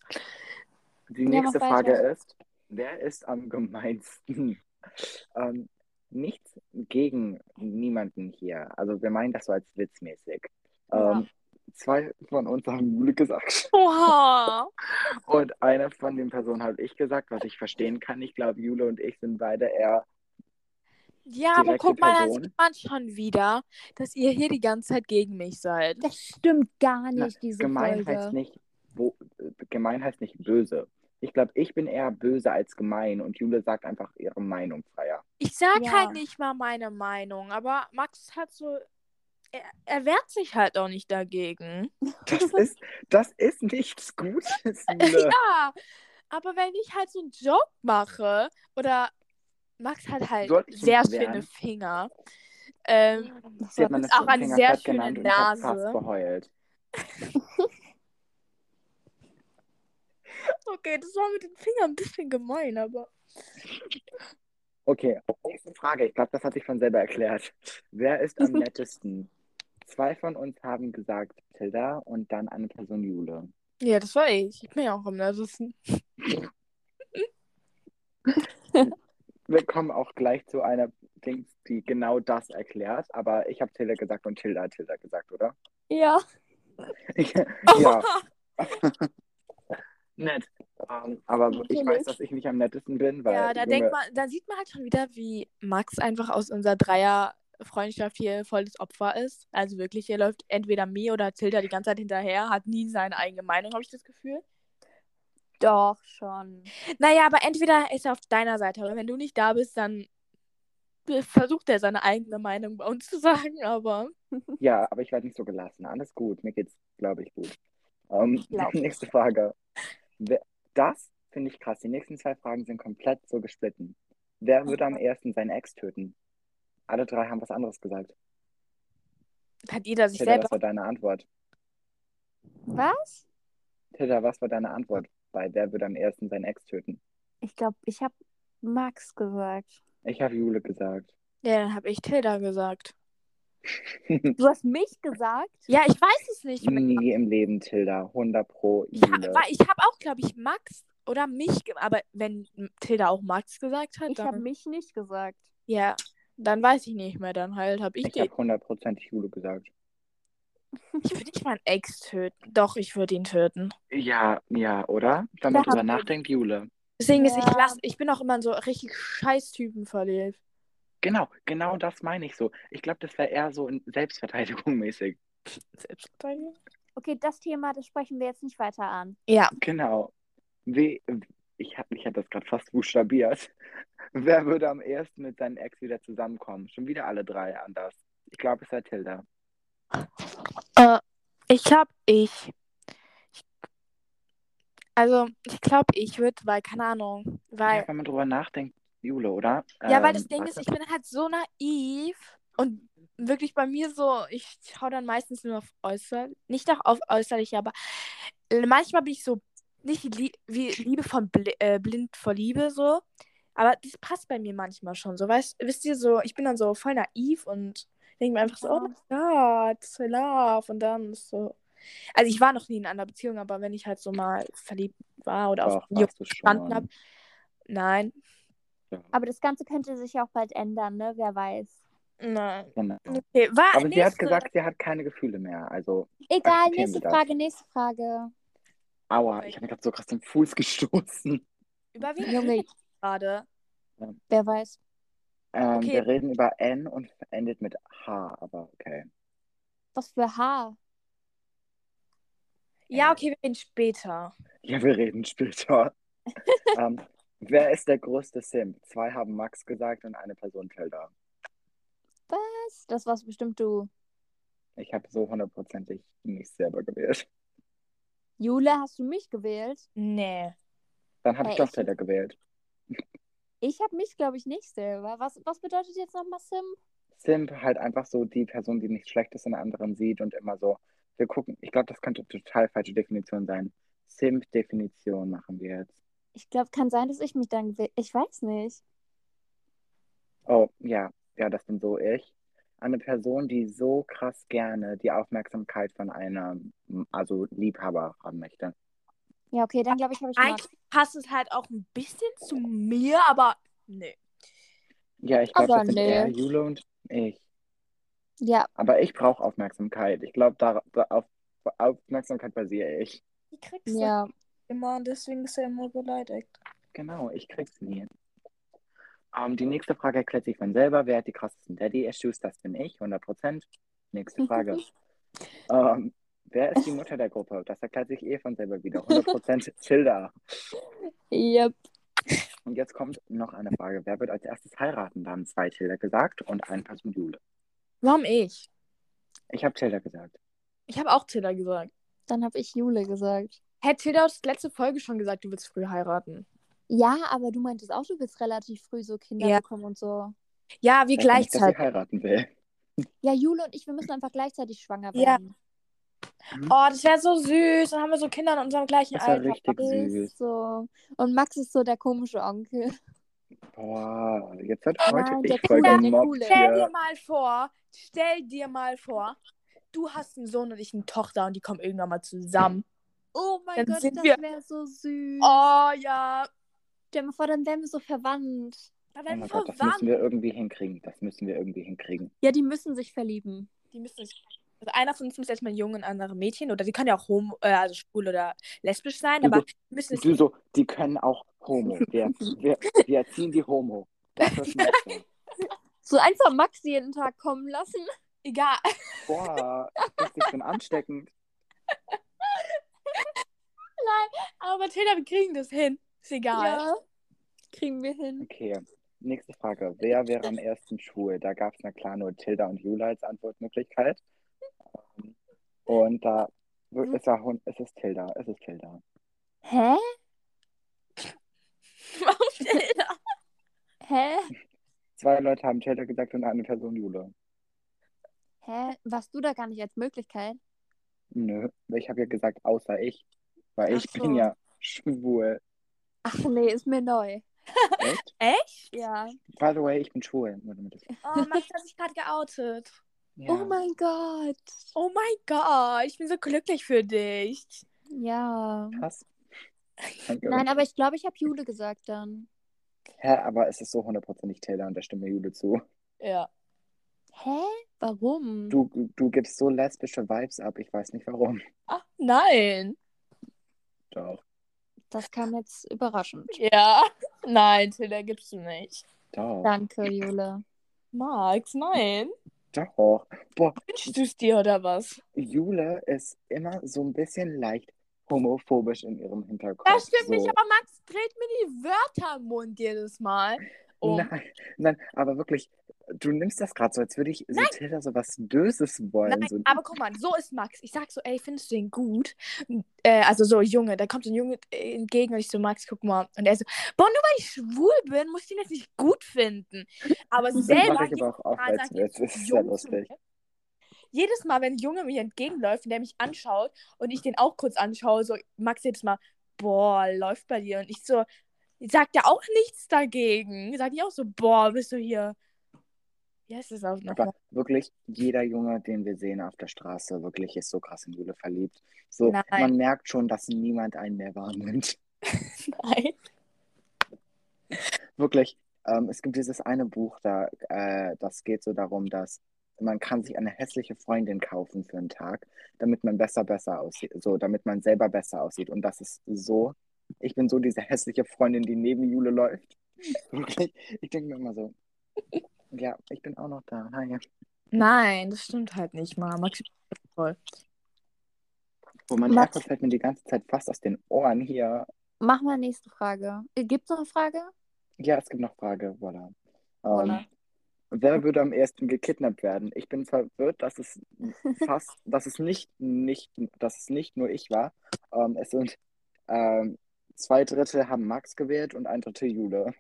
Speaker 2: Die
Speaker 3: Ja, halt
Speaker 2: nächste
Speaker 3: mach
Speaker 2: Frage
Speaker 3: weiter.
Speaker 2: ist, wer ist am gemeinsten? ähm, nichts gegen niemanden hier. Also wir meinen das so als witzmäßig.
Speaker 3: Ja.
Speaker 2: Ähm, Zwei von uns haben Jule gesagt
Speaker 1: Oha.
Speaker 2: und eine von den Personen habe ich gesagt, was ich verstehen kann. Ich glaube, Jule und ich sind beide eher
Speaker 1: Ja, aber
Speaker 2: Direkte
Speaker 1: guck mal, da
Speaker 2: Person.
Speaker 1: sieht man schon wieder, dass ihr hier die ganze Zeit gegen mich seid.
Speaker 3: Das stimmt gar
Speaker 2: Na,
Speaker 3: nicht, diese
Speaker 2: gemein heißt
Speaker 3: Folge.
Speaker 2: nicht bo äh, gemein heißt nicht böse. Ich glaube, ich bin eher böse als gemein und Jule sagt einfach ihre Meinung freier.
Speaker 1: Ich sag
Speaker 3: Ja.
Speaker 1: halt nicht mal meine Meinung, aber Max hat so. Er, er wehrt sich halt auch nicht dagegen.
Speaker 2: Das ist, das ist nichts Gutes, Jule.
Speaker 1: Ja, aber wenn ich halt so einen Job mache oder Max hat halt
Speaker 2: Soll ich nicht
Speaker 1: sehr
Speaker 2: wehren?
Speaker 1: schöne Finger. Ähm,
Speaker 2: Sie hat meine
Speaker 1: ist auch eine
Speaker 2: Finger
Speaker 1: sehr
Speaker 2: fett
Speaker 1: schöne
Speaker 2: genannt und ich habe
Speaker 1: Nase.
Speaker 2: fast geheult.
Speaker 1: okay, das war mit den Fingern ein bisschen gemein, aber.
Speaker 2: Okay, nächste Frage. Ich glaube, das hat sich von selber erklärt. Wer ist am nettesten? Zwei von uns haben gesagt Tilda und dann eine Person Jule.
Speaker 1: Ja, das war ich. Ich bin ja auch am nervösen.
Speaker 2: Wir kommen auch gleich zu einer Dings, die genau das erklärt, aber ich habe Tilda gesagt und Tilda hat Tilda gesagt, oder?
Speaker 3: Ja.
Speaker 2: ja, nett. Ähm, aber ich
Speaker 3: Natürlich.
Speaker 2: weiß, dass ich nicht am nettesten bin, weil.
Speaker 1: Ja, da
Speaker 2: Junge,
Speaker 1: denkt man, da sieht man halt schon wieder, wie Max einfach aus unserer Dreier-Freundschaft hier voll das Opfer ist. Also wirklich, hier läuft entweder mir oder Tilda die ganze Zeit hinterher, hat nie seine eigene Meinung, habe ich das Gefühl.
Speaker 3: Doch, schon.
Speaker 1: Naja, aber entweder ist er auf deiner Seite, aber wenn du nicht da bist, dann versucht er seine eigene Meinung bei uns zu sagen, aber.
Speaker 2: Ja, aber ich werde nicht so gelassen. Alles gut. Mir geht's, glaube ich, gut. Ähm,
Speaker 3: glaub ich.
Speaker 2: nächste Frage. Wer- Das finde ich krass. Die nächsten zwei Fragen sind komplett so gesplitten.
Speaker 1: Oh
Speaker 2: Wer würde am ersten seinen Ex töten? Alle drei haben was anderes gesagt.
Speaker 1: Hat jeder sich
Speaker 2: Tilda, was
Speaker 1: selber.
Speaker 2: war deine Antwort?
Speaker 3: Was?
Speaker 2: Tilda, was war deine Antwort bei Wer würde am ersten seinen Ex töten?
Speaker 3: Ich glaube, ich habe Max gesagt.
Speaker 2: Ich habe Jule gesagt.
Speaker 1: Ja, dann habe ich Tilda gesagt.
Speaker 3: Du hast mich gesagt?
Speaker 1: Ja, ich weiß es nicht.
Speaker 2: Nie im Leben, Tilda. 100 pro
Speaker 1: Ich habe
Speaker 2: Jule.
Speaker 1: hab auch, glaube ich, Max oder mich, ge- aber wenn Tilda auch Max gesagt hat,
Speaker 3: Ich habe
Speaker 1: dann,
Speaker 3: mich nicht gesagt.
Speaker 1: ja, dann weiß ich nicht mehr, dann halt habe ich,
Speaker 2: Ich
Speaker 1: die,
Speaker 2: habe 100% Jule gesagt.
Speaker 1: ich würde nicht meinen Ex töten. Doch, ich würde ihn töten.
Speaker 2: Ja, ja, oder? Wenn
Speaker 3: Da
Speaker 2: man drüber
Speaker 3: haben wir-
Speaker 2: nachdenkt, Jule.
Speaker 1: Deswegen ist, ich
Speaker 3: Ja.
Speaker 1: lass, ich bin auch immer in so richtig scheiß Typen verliebt.
Speaker 2: Genau, genau das meine ich so. Ich glaube, das wäre eher so in Selbstverteidigung mäßig.
Speaker 1: Selbstverteidigung?
Speaker 3: Okay, das Thema, das sprechen wir jetzt nicht weiter an.
Speaker 1: Ja,
Speaker 2: Genau. We ich habe ich hab das gerade fast buchstabiert. Wer würde am ersten mit seinem Ex wieder zusammenkommen? Schon wieder alle drei anders. Ich glaube, es war Tilda.
Speaker 1: Äh, ich glaube, ich. ich. Also, ich glaube, ich würde, weil, keine Ahnung, weil.
Speaker 2: Ja, wenn man drüber nachdenkt, Jule, oder?
Speaker 1: Ja, weil das
Speaker 2: Ähm,
Speaker 1: Ding ist,
Speaker 2: warte.
Speaker 1: ich bin halt so naiv und wirklich bei mir so, ich schaue dann meistens nur auf äußerlich, nicht auch auf äußerlich, aber äh, manchmal bin ich so nicht lie wie Liebe von Bli äh, blind vor Liebe so, aber das passt bei mir manchmal schon so, weißt, wisst ihr so, ich bin dann so voll naiv und denke mir einfach so, oh mein Gott, so love und dann ist so. Also ich war noch nie in einer Beziehung, aber wenn ich halt so mal verliebt war oder auf
Speaker 2: Doch,
Speaker 1: Video
Speaker 2: warst du
Speaker 1: gestanden
Speaker 2: schon.
Speaker 1: habe, nein,
Speaker 2: Ja,
Speaker 3: Aber das Ganze könnte sich ja auch bald ändern, ne? Wer weiß.
Speaker 1: nein.
Speaker 2: genau.
Speaker 1: Okay, war
Speaker 2: Aber sie hat
Speaker 1: nächste.
Speaker 2: gesagt, sie hat keine Gefühle mehr. Also,
Speaker 3: Egal,
Speaker 2: Akzeptieren wir
Speaker 3: nächste
Speaker 2: das.
Speaker 3: Frage, nächste Frage.
Speaker 2: aua, ich habe mir gerade so krass den Fuß gestoßen.
Speaker 1: Über wen reden
Speaker 3: Junge,
Speaker 1: wir gerade?
Speaker 3: wer weiß.
Speaker 2: Ähm,
Speaker 1: Okay.
Speaker 2: Wir reden über N und endet mit H, aber okay.
Speaker 3: Was für Haar.
Speaker 1: Ja, okay, wir reden später.
Speaker 2: Ja, wir reden später. ähm, wer ist der größte Sim? Zwei haben Max gesagt und eine Person Tilda.
Speaker 3: Was? Das warst bestimmt du.
Speaker 2: Ich habe so hundertprozentig mich selber gewählt.
Speaker 3: Jule, hast du mich gewählt?
Speaker 1: Nee.
Speaker 2: Dann habe ich
Speaker 3: Äh,
Speaker 2: doch
Speaker 3: ich-
Speaker 2: Tilda gewählt.
Speaker 3: Ich habe mich, glaube ich, nicht selber. Was, was bedeutet jetzt nochmal Sim?
Speaker 2: Simp halt einfach so die Person, die nichts Schlechtes in anderen sieht und immer so, wir gucken, ich glaube, das könnte total falsche Definition sein. Simp-Definition machen wir jetzt.
Speaker 3: Ich glaube, kann sein, dass ich mich dann gewählt Ich weiß nicht.
Speaker 2: Oh, ja, ja, das bin so ich. Eine Person, die so krass gerne die Aufmerksamkeit von einem, also Liebhaber haben möchte.
Speaker 3: Ja, okay, dann glaube ich, habe ich Max.
Speaker 1: Eigentlich passt es halt auch ein bisschen zu mir, aber nee.
Speaker 2: Ja, ich glaube,
Speaker 3: Aber
Speaker 2: das sind
Speaker 3: nö.
Speaker 2: er, Jule und ich.
Speaker 3: Ja,
Speaker 2: Aber ich brauche Aufmerksamkeit. Ich glaube, da, da auf Aufmerksamkeit basiere ich.
Speaker 1: Die kriegst
Speaker 3: ja.
Speaker 1: immer und deswegen ist er immer beleidigt.
Speaker 2: Genau, ich krieg's nie. Ähm, die nächste Frage erklärt sich von selber. Wer hat die krassesten Daddy-Issues? Das bin ich, 100%. Nächste Frage. ähm, wer ist die Mutter der Gruppe? Das erklärt sich eh von selber wieder, 100% Tilda.
Speaker 3: Yep.
Speaker 2: Und jetzt kommt noch eine Frage. Wer wird als erstes heiraten? Da haben zwei Tilda gesagt und ein Person Jule.
Speaker 1: Warum ich?
Speaker 2: Ich habe Tilda gesagt.
Speaker 1: Ich habe auch Tilda gesagt.
Speaker 3: Dann habe ich Jule gesagt.
Speaker 1: Hey, Tilda hat letzte Folge schon gesagt, du willst früh heiraten.
Speaker 3: Ja, aber du meintest auch, du willst relativ früh so Kinder
Speaker 1: Ja.
Speaker 3: bekommen und so.
Speaker 1: Ja, halt. wir
Speaker 2: Ich sag nicht, dass sie
Speaker 1: gleichzeitig.
Speaker 2: heiraten will.
Speaker 3: Ja, Jule und ich, wir müssen einfach gleichzeitig schwanger
Speaker 1: Ja.
Speaker 3: werden.
Speaker 1: Oh, das wäre so süß. Dann haben wir so Kinder in unserem gleichen
Speaker 2: Das war
Speaker 1: Alter.
Speaker 2: richtig süß.
Speaker 3: Ist so. Und Max ist so der komische Onkel.
Speaker 2: Boah, jetzt wird
Speaker 3: Oh
Speaker 2: heute
Speaker 3: nein, der
Speaker 2: ich voll
Speaker 3: Coole, der
Speaker 2: gemobbt
Speaker 3: Coole.
Speaker 1: Stell dir
Speaker 2: hier.
Speaker 1: mal vor, stell dir mal vor, du hast einen Sohn und ich eine Tochter und die kommen irgendwann mal zusammen.
Speaker 3: Oh
Speaker 1: Dann
Speaker 3: mein Gott,
Speaker 1: sind
Speaker 3: das
Speaker 1: wir-
Speaker 3: wäre so süß.
Speaker 1: Oh ja,
Speaker 3: Stell dir mal vor, dann wären wir so verwandt.
Speaker 1: da
Speaker 2: Oh
Speaker 1: werden wir
Speaker 2: mein Gott, das müssen
Speaker 1: verwandt.
Speaker 2: wir irgendwie hinkriegen. Das müssen wir irgendwie hinkriegen.
Speaker 3: Ja, die müssen sich verlieben.
Speaker 1: Die müssen sich. Also einer von uns muss erstmal ein Junge und andere Mädchen. Oder die können ja auch homo, äh, also schwul oder lesbisch sein,
Speaker 2: Du
Speaker 1: aber
Speaker 2: bist-
Speaker 1: die müssen es.
Speaker 2: Du so, die können auch Homo. Wir, wir, wir erziehen die Homo. Das ist nicht so.
Speaker 3: So einfach Max jeden Tag kommen lassen.
Speaker 1: Egal.
Speaker 2: Boah, das ist schon ansteckend.
Speaker 1: Aber Tilda, wir kriegen das hin. Ist egal.
Speaker 3: Ja. Kriegen wir hin.
Speaker 2: Okay, nächste Frage. Wer wäre am ersten schwul? Da gab es na klar nur Tilda und Jule als Antwortmöglichkeit. Ähm, Und da
Speaker 3: Mhm.
Speaker 2: es, war, hun- es ist Tilda, es ist Tilda.
Speaker 3: Hä?
Speaker 1: Warum Tilda?
Speaker 3: Hä?
Speaker 2: Zwei Leute haben Tilda gesagt und eine Person Jule.
Speaker 3: Hä? Warst du da gar nicht als Möglichkeit?
Speaker 2: Nö, ich habe ja gesagt, außer ich. Weil ich
Speaker 3: Ach so.
Speaker 2: bin ja schwul.
Speaker 3: Ach nee, ist mir neu.
Speaker 2: Echt?
Speaker 1: Echt?
Speaker 3: Ja.
Speaker 2: By the way, ich bin schwul. Nur damit es-
Speaker 1: Oh, Max hat sich gerade geoutet.
Speaker 2: Ja.
Speaker 3: Oh mein Gott.
Speaker 1: Oh mein Gott, ich bin so glücklich für dich.
Speaker 3: Ja.
Speaker 2: Krass. Danke.
Speaker 3: Nein, aber ich glaube, ich habe Jule gesagt dann.
Speaker 2: Hä, aber es ist so hundertprozentig Taylor und da stimme Jule zu.
Speaker 1: Ja.
Speaker 3: Hä? Warum?
Speaker 2: Du, du gibst so lesbische Vibes ab, ich weiß nicht warum.
Speaker 1: Ach, Ah, nein.
Speaker 2: Doch,
Speaker 3: Das kam jetzt überraschend.
Speaker 1: Ja. Nein, Tilda gibst du nicht.
Speaker 2: doch,
Speaker 3: Danke, Jule.
Speaker 1: Max, nein.
Speaker 2: doch. Boah,
Speaker 1: Wünschst du es dir oder was?
Speaker 2: Jule ist immer so ein bisschen leicht homophobisch in ihrem Hinterkopf.
Speaker 1: Das stimmt
Speaker 2: so.
Speaker 1: nicht, aber Max dreht mir die Wörter im Mund jedes Mal. um.
Speaker 2: Nein, nein, aber wirklich, du nimmst das gerade so, als würde ich so Tilda so was Döses wollen.
Speaker 1: Nein,
Speaker 2: so,
Speaker 1: aber guck mal, so ist Max. Ich sag so, ey, findest du den gut? Äh, also so, Junge, da kommt ein Junge äh, entgegen und ich so, Max, guck mal. Und er so, boah, nur weil ich schwul bin, muss ich den jetzt nicht gut finden. Aber
Speaker 2: das
Speaker 1: selber,
Speaker 2: mache ich aber auch oft
Speaker 1: Mal
Speaker 2: als
Speaker 1: sagt jetzt
Speaker 2: Witz. Das ist
Speaker 1: Junge
Speaker 2: ja
Speaker 1: zu
Speaker 2: lustig.
Speaker 1: mir. Jedes Mal, wenn ein Junge mir entgegenläuft und der mich anschaut und ich den auch kurz anschaue, so Max jedes Mal, boah, läuft bei dir. Und ich so, sagt er auch nichts dagegen. Sagt ich auch so, boah, bist du hier. Wie heißt das auch
Speaker 2: Aber
Speaker 1: nochmal?
Speaker 2: wirklich, jeder Junge, den wir sehen auf der Straße, wirklich ist so krass in Jule verliebt. So,
Speaker 1: Nein.
Speaker 2: man merkt schon, dass niemand einen mehr wahrnimmt.
Speaker 1: Nein.
Speaker 2: Wirklich, ähm, es gibt dieses eine Buch, da, äh, das geht so darum, dass man kann sich eine hässliche Freundin kaufen für einen Tag, damit man besser besser aussieht, so damit man selber besser aussieht. Und das ist so, ich bin so diese hässliche Freundin, die neben Jule läuft. Wirklich, ich denke mir immer so, ja, ich bin auch noch da. Hi.
Speaker 1: Nein, das stimmt halt nicht mal. Max voll.
Speaker 2: Wo mein
Speaker 3: Max-
Speaker 2: Airpod fällt mir die ganze Zeit fast aus den Ohren hier.
Speaker 3: Mach mal nächste Frage. Gibt es noch eine Frage?
Speaker 2: Ja, es gibt noch Frage, voilà.
Speaker 3: Voilà.
Speaker 2: Ähm, wer würde am ersten gekidnappt werden? Ich bin verwirrt, dass es fast, dass es nicht, nicht, dass es nicht nur ich war. Ähm, es sind ähm, zwei Drittel haben Max gewählt und ein Drittel Jule.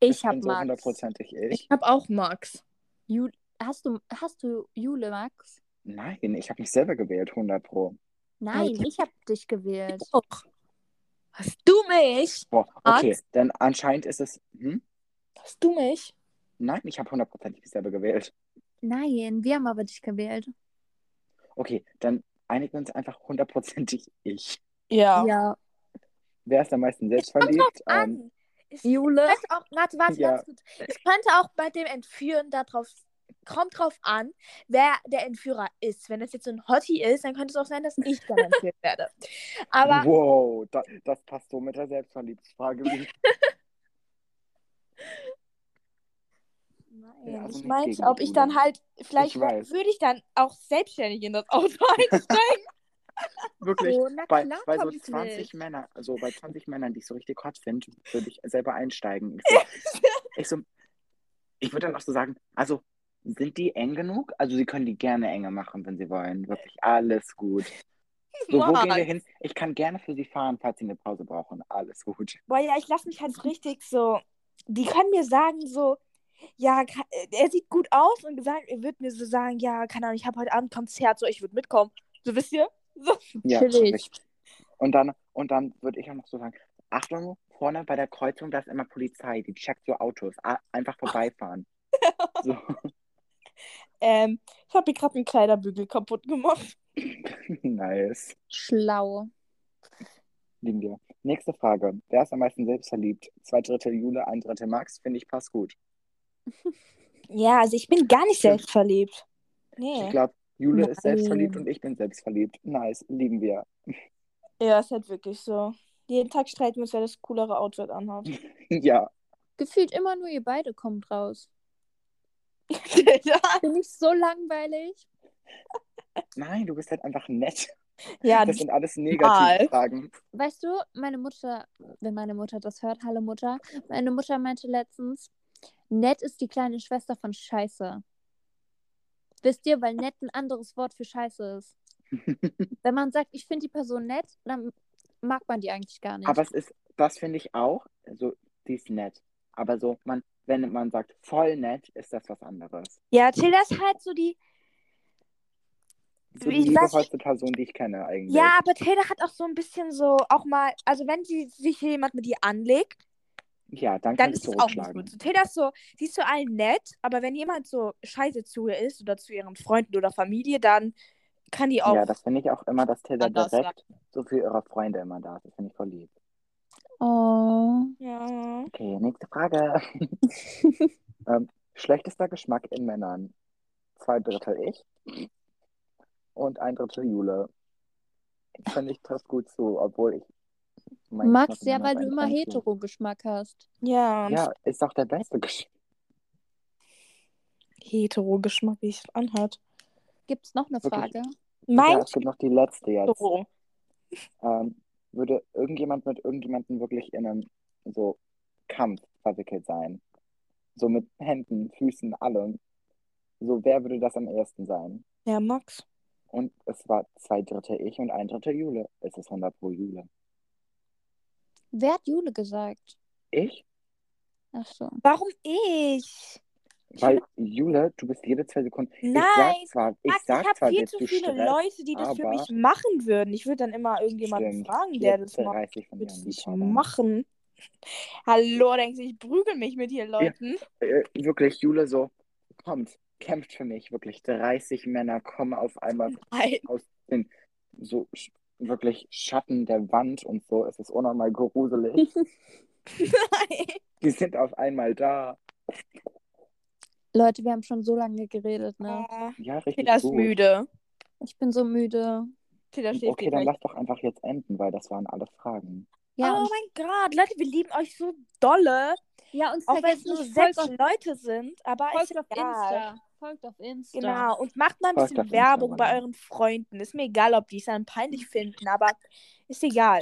Speaker 3: Ich
Speaker 2: bin
Speaker 3: habe
Speaker 2: so
Speaker 3: Max.
Speaker 2: hundertprozentig
Speaker 1: Ich
Speaker 2: ich.
Speaker 1: hab auch Max.
Speaker 3: Jul hast, du, hast du Jule, Max?
Speaker 2: Nein, ich habe mich selber gewählt, 100 pro.
Speaker 3: Nein,
Speaker 1: Nein.
Speaker 3: ich habe dich gewählt.
Speaker 1: Auch. Hast du mich?
Speaker 2: Boah, okay,
Speaker 1: Max?
Speaker 2: dann anscheinend ist es. Hm?
Speaker 1: Hast du mich?
Speaker 2: Nein, ich habe hundertprozentig mich selber gewählt.
Speaker 3: Nein, wir haben aber dich gewählt.
Speaker 2: Okay, dann einigen wir uns einfach hundertprozentig ich.
Speaker 1: Ja.
Speaker 3: Ja.
Speaker 2: Wer ist am meisten selbstverliebt? Ähm,
Speaker 1: An. Ich
Speaker 3: Jule?
Speaker 1: könnte auch, warte, warte,
Speaker 2: Ja.
Speaker 1: ganz kurz. Ich könnte auch bei dem Entführen darauf, kommt drauf an, wer der Entführer ist. Wenn das jetzt so ein Hottie ist, dann könnte es auch sein, dass ich dann entführt werde. Aber
Speaker 2: wow, da, das passt so mit der Selbstverliebtfrage. wie-
Speaker 3: Nein.
Speaker 2: Ja, also
Speaker 1: ich
Speaker 2: nicht
Speaker 1: meinte,
Speaker 2: gegen
Speaker 1: ob
Speaker 2: die
Speaker 1: ich dann
Speaker 2: Jule.
Speaker 1: halt, vielleicht
Speaker 2: Ich weiß.
Speaker 1: würde ich dann auch selbstständig in das Auto einsteigen.
Speaker 2: Wirklich.
Speaker 3: Oh, na
Speaker 2: Bei,
Speaker 3: klar
Speaker 2: bei so
Speaker 3: kommt's
Speaker 2: 20
Speaker 3: mit.
Speaker 2: Männern, also bei 20 Männern, die ich so richtig hot finde, würde ich selber einsteigen. Ich so, ich, so, ich würde dann auch so sagen, also sind die eng genug? Also sie können die gerne enger machen, wenn sie wollen. Wirklich alles gut. So, wo gehen wir hin? Ich kann gerne für sie fahren, falls sie eine Pause brauchen. Alles gut.
Speaker 1: Boah, ja, ich lasse mich halt richtig so. Die können mir sagen, so, ja, ka- äh, er sieht gut aus und gesagt, er wird mir so sagen, ja, keine Ahnung, ich habe heute Abend Konzert, so, ich würde mitkommen. So, wisst ihr? So.
Speaker 2: Ja,
Speaker 3: Chillig.
Speaker 2: wirklich. Und dann, und dann würde ich auch noch so sagen, Achtung, vorne bei der Kreuzung, da ist immer Polizei, die checkt so Autos, A einfach vorbeifahren. So.
Speaker 1: Ähm, ich habe mir gerade einen Kleiderbügel kaputt gemacht.
Speaker 2: nice.
Speaker 3: Schlau.
Speaker 2: Lieben wir. Nächste Frage. Wer ist am meisten selbstverliebt? Zwei Drittel Jule, ein Drittel Max, finde ich passt gut.
Speaker 1: Ja, also ich bin gar nicht
Speaker 2: Stimmt.
Speaker 1: selbstverliebt.
Speaker 2: Ich
Speaker 1: Nee.
Speaker 2: glaube, Jule ist
Speaker 3: Nein.
Speaker 2: selbstverliebt und ich bin selbstverliebt. Nice, lieben wir.
Speaker 1: Ja, ist halt wirklich so. Jeden Tag streiten wir uns, wer das coolere Outfit anhat.
Speaker 2: ja,
Speaker 3: Gefühlt immer nur ihr beide kommt raus.
Speaker 1: ja.
Speaker 3: Bin ich so langweilig?
Speaker 2: nein, du bist halt einfach nett.
Speaker 1: ja,
Speaker 2: Das sind alles
Speaker 1: Total.
Speaker 2: negative Fragen.
Speaker 3: Weißt du, meine Mutter, wenn meine Mutter das hört, hallo Mutter, meine Mutter meinte letztens, nett ist die kleine Schwester von Scheiße. Wisst ihr, weil nett ein anderes Wort für Scheiße ist. Wenn man sagt, ich finde die Person nett, dann mag man die eigentlich gar nicht.
Speaker 2: Aber es ist, das finde ich auch, so, die ist nett. Aber so, man, wenn man sagt voll nett, ist das was anderes.
Speaker 1: ja, Tilda ist halt so die.
Speaker 2: So die
Speaker 1: Ich weiß
Speaker 2: liebevollste Person, die ich kenne eigentlich.
Speaker 1: Ja, aber Taylor hat auch so ein bisschen so, auch mal, also wenn sie, sich jemand mit ihr anlegt,
Speaker 2: ja
Speaker 1: dann
Speaker 2: dann kann ich
Speaker 1: ist es auch nicht gut.
Speaker 2: zurückschlagen.
Speaker 1: So, Taylor ist so, sie ist zu allen nett, aber wenn jemand so scheiße zu ihr ist oder zu ihren Freunden oder Familie, dann kann die auch.
Speaker 2: Ja, das finde ich auch immer, dass Tilda
Speaker 1: Anders, ja.
Speaker 2: direkt so für ihre Freunde immer da ist. Das finde ich voll lieb.
Speaker 3: oh.
Speaker 1: Ja.
Speaker 2: Okay, nächste Frage. ähm, schlechtester Geschmack in Männern. Zwei Drittel ich und ein Drittel Jule. Finde ich trifft gut zu, obwohl ich. mein
Speaker 3: Max,
Speaker 2: Geschmack in
Speaker 3: ja, weil
Speaker 2: Männern
Speaker 3: du
Speaker 2: ist
Speaker 3: immer
Speaker 2: eigentlich ganz gut.
Speaker 3: Hetero-Geschmack hast.
Speaker 1: Ja, und
Speaker 2: Ja, ist auch der beste Geschmack.
Speaker 1: hetero-Geschmack, wie ich es anhört.
Speaker 3: Gibt es noch eine
Speaker 2: Wirklich?
Speaker 3: Frage?
Speaker 1: Mein
Speaker 2: Ja, es gibt noch die letzte jetzt.
Speaker 1: Hetero.
Speaker 2: ähm, würde irgendjemand mit irgendjemandem wirklich in einem so Kampf verwickelt sein. So mit Händen, Füßen, allem. So, wer würde das am ersten sein?
Speaker 1: Ja, Max.
Speaker 2: Und es war zwei Dritte ich und ein Drittel Jule. Es ist 100 pro Jule.
Speaker 3: Wer hat Jule gesagt?
Speaker 2: Ich?
Speaker 3: Ach so.
Speaker 1: Warum ich?
Speaker 2: Weil Jule, du bist jede zwei Sekunden. ich
Speaker 1: Nein,
Speaker 2: sag zwar, ich
Speaker 1: Max, ich
Speaker 2: sag
Speaker 1: habe
Speaker 2: zwar
Speaker 1: viel
Speaker 2: jetzt,
Speaker 1: zu
Speaker 2: du
Speaker 1: viele
Speaker 2: stresst,
Speaker 1: Leute, die das für
Speaker 2: aber-
Speaker 1: mich machen würden. Ich würde dann immer irgendjemanden
Speaker 2: Stimmt,
Speaker 1: fragen, der
Speaker 2: jetzt
Speaker 1: das macht.
Speaker 2: reiß dich von
Speaker 1: Ich
Speaker 2: mir
Speaker 1: würde es
Speaker 2: an,
Speaker 1: nicht
Speaker 2: Paula.
Speaker 1: machen. Hallo, denkst du, ich prügel mich mit hier Leuten?
Speaker 2: Äh, wirklich, Jule so, kommt, kämpft für mich. Wirklich, 30 Männer kommen auf einmal
Speaker 1: Nein.
Speaker 2: aus den so sch wirklich Schatten der Wand und so. Es ist unnormal gruselig.
Speaker 1: Nein.
Speaker 2: Die sind auf einmal da.
Speaker 3: Leute, wir haben schon so lange geredet, ne?
Speaker 1: Ah,
Speaker 2: Ja, richtig
Speaker 1: Peter ist
Speaker 2: gut.
Speaker 1: müde.
Speaker 3: Ich bin so müde.
Speaker 1: Peter schläft
Speaker 2: Okay, dann
Speaker 1: gleich.
Speaker 2: lass doch einfach jetzt enden, weil das waren alle Fragen.
Speaker 3: Ja,
Speaker 1: oh
Speaker 3: und,
Speaker 1: mein Gott, Leute, wir lieben euch so dolle.
Speaker 3: ja uns
Speaker 1: Auch wenn es
Speaker 3: vergesst
Speaker 1: nur
Speaker 3: nicht,
Speaker 1: sechs
Speaker 3: folgt auf,
Speaker 1: Leute sind, aber ist
Speaker 3: folgt auf
Speaker 1: egal.
Speaker 3: Insta. Folgt auf Insta.
Speaker 1: Genau, und macht mal ein
Speaker 2: Folgt
Speaker 1: bisschen
Speaker 2: auf Instagram.
Speaker 1: Werbung bei euren Freunden. Ist mir egal, ob die es dann peinlich finden, aber ist egal.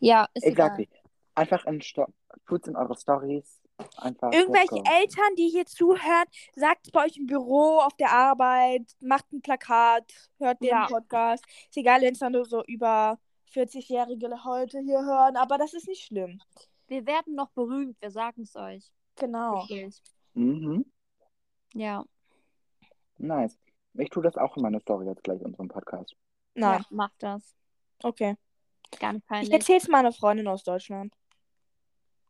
Speaker 3: Ja, ist
Speaker 2: Exactly. Einfach in Sto tut's in eure Stories. Einfach. let's
Speaker 1: Irgendwelche
Speaker 2: go.
Speaker 1: Eltern, die hier zuhören, sagt es bei euch im Büro, auf der Arbeit, macht ein Plakat, hört den
Speaker 3: Ja.
Speaker 1: Podcast. Ist egal, wenn es dann nur so über 40-Jährige heute hier hören, aber das ist nicht schlimm.
Speaker 3: egal. Wir werden noch berühmt, wir sagen es euch.
Speaker 1: Genau.
Speaker 3: Gespielt.
Speaker 2: Mhm.
Speaker 3: Ja,
Speaker 2: Nice. Ich tue das auch in meine Story jetzt gleich in unserem Podcast.
Speaker 1: Nein,
Speaker 3: ja, macht das.
Speaker 1: okay.
Speaker 3: Gar nicht
Speaker 1: Genau. Ich
Speaker 3: peinlich.
Speaker 1: erzähl's meiner Freundin aus Deutschland.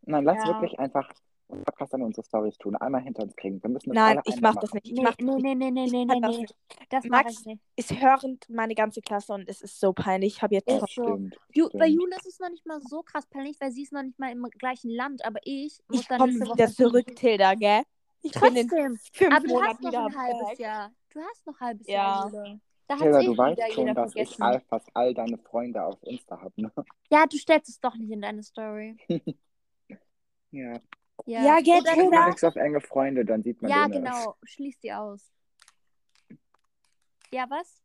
Speaker 2: Nein, lass
Speaker 3: Ja.
Speaker 2: wirklich einfach den Podcast an unsere Stories tun. Einmal hinter uns kriegen. Wir müssen das
Speaker 1: Nein,
Speaker 2: alle
Speaker 1: ich
Speaker 2: einmal
Speaker 1: mach das
Speaker 2: machen.
Speaker 1: nicht. Ich
Speaker 3: nee,
Speaker 1: mach das
Speaker 3: nee,
Speaker 1: nicht.
Speaker 3: nee, nee, nee,
Speaker 1: Ich
Speaker 3: nee,
Speaker 1: kann
Speaker 3: nee,
Speaker 1: das
Speaker 3: nee.
Speaker 1: nicht.
Speaker 3: Das mache
Speaker 1: Max-
Speaker 3: ich nicht.
Speaker 1: Es hören meine ganze Klasse und es ist so peinlich. Ich habe jetzt
Speaker 3: Ist
Speaker 1: schon.
Speaker 3: so.
Speaker 2: Stimmt.
Speaker 3: Ju bei
Speaker 2: Stimmt.
Speaker 3: Jule ist es noch nicht mal so krass peinlich, weil sie ist noch nicht mal im gleichen Land, aber ich muss
Speaker 1: Ich
Speaker 3: dann
Speaker 1: komme
Speaker 3: nächste Woche
Speaker 1: wieder
Speaker 3: hin.
Speaker 1: zurück, Tilda, gell? Ich bin in
Speaker 3: Trotzdem.
Speaker 1: fünf
Speaker 3: Aber du hast
Speaker 1: Monaten
Speaker 3: noch
Speaker 1: wieder
Speaker 3: ein halbes
Speaker 1: back.
Speaker 3: Jahr. Du hast noch ein halbes
Speaker 1: Ja.
Speaker 3: Jahr, Jule. Da hat's
Speaker 2: Taylor,
Speaker 3: eh
Speaker 2: du
Speaker 3: wieder
Speaker 2: weißt schon,
Speaker 3: jeder
Speaker 2: dass ich
Speaker 3: vergessen.
Speaker 2: all, fast all deine Freunde auf Insta habe, ne?
Speaker 3: Ja, du stellst es doch nicht in deine Story.
Speaker 2: Ja.
Speaker 3: Ja,
Speaker 1: Ja, gell,
Speaker 3: Oder-
Speaker 2: Ich mache
Speaker 1: Tilda?
Speaker 2: nichts auf enge Freunde, dann sieht man
Speaker 3: Ja,
Speaker 2: den, äh,
Speaker 3: genau. Schließ die aus. Ja, was?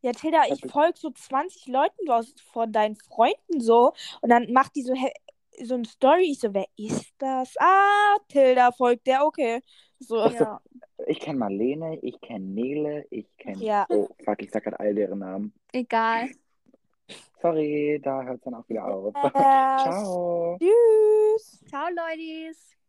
Speaker 1: Ja, Tilda, ich
Speaker 2: Hab ich-
Speaker 1: folge so 20 Leuten aus, von deinen Freunden so. Und dann macht die so, hä, so eine Story. Ich so, wer ist das? Ah, Tilda folgt der, okay. So.
Speaker 2: Ach so.
Speaker 3: Ja.
Speaker 2: Ich kenne Marlene, ich kenne Nele, ich kenne.
Speaker 1: Ja.
Speaker 2: Oh, fuck, ich sag grad all deren Namen.
Speaker 3: Egal.
Speaker 2: Sorry, da hört's dann auch wieder auf.
Speaker 1: Äh,
Speaker 2: Ciao.
Speaker 1: Tschüss.
Speaker 3: Ciao, Leutis.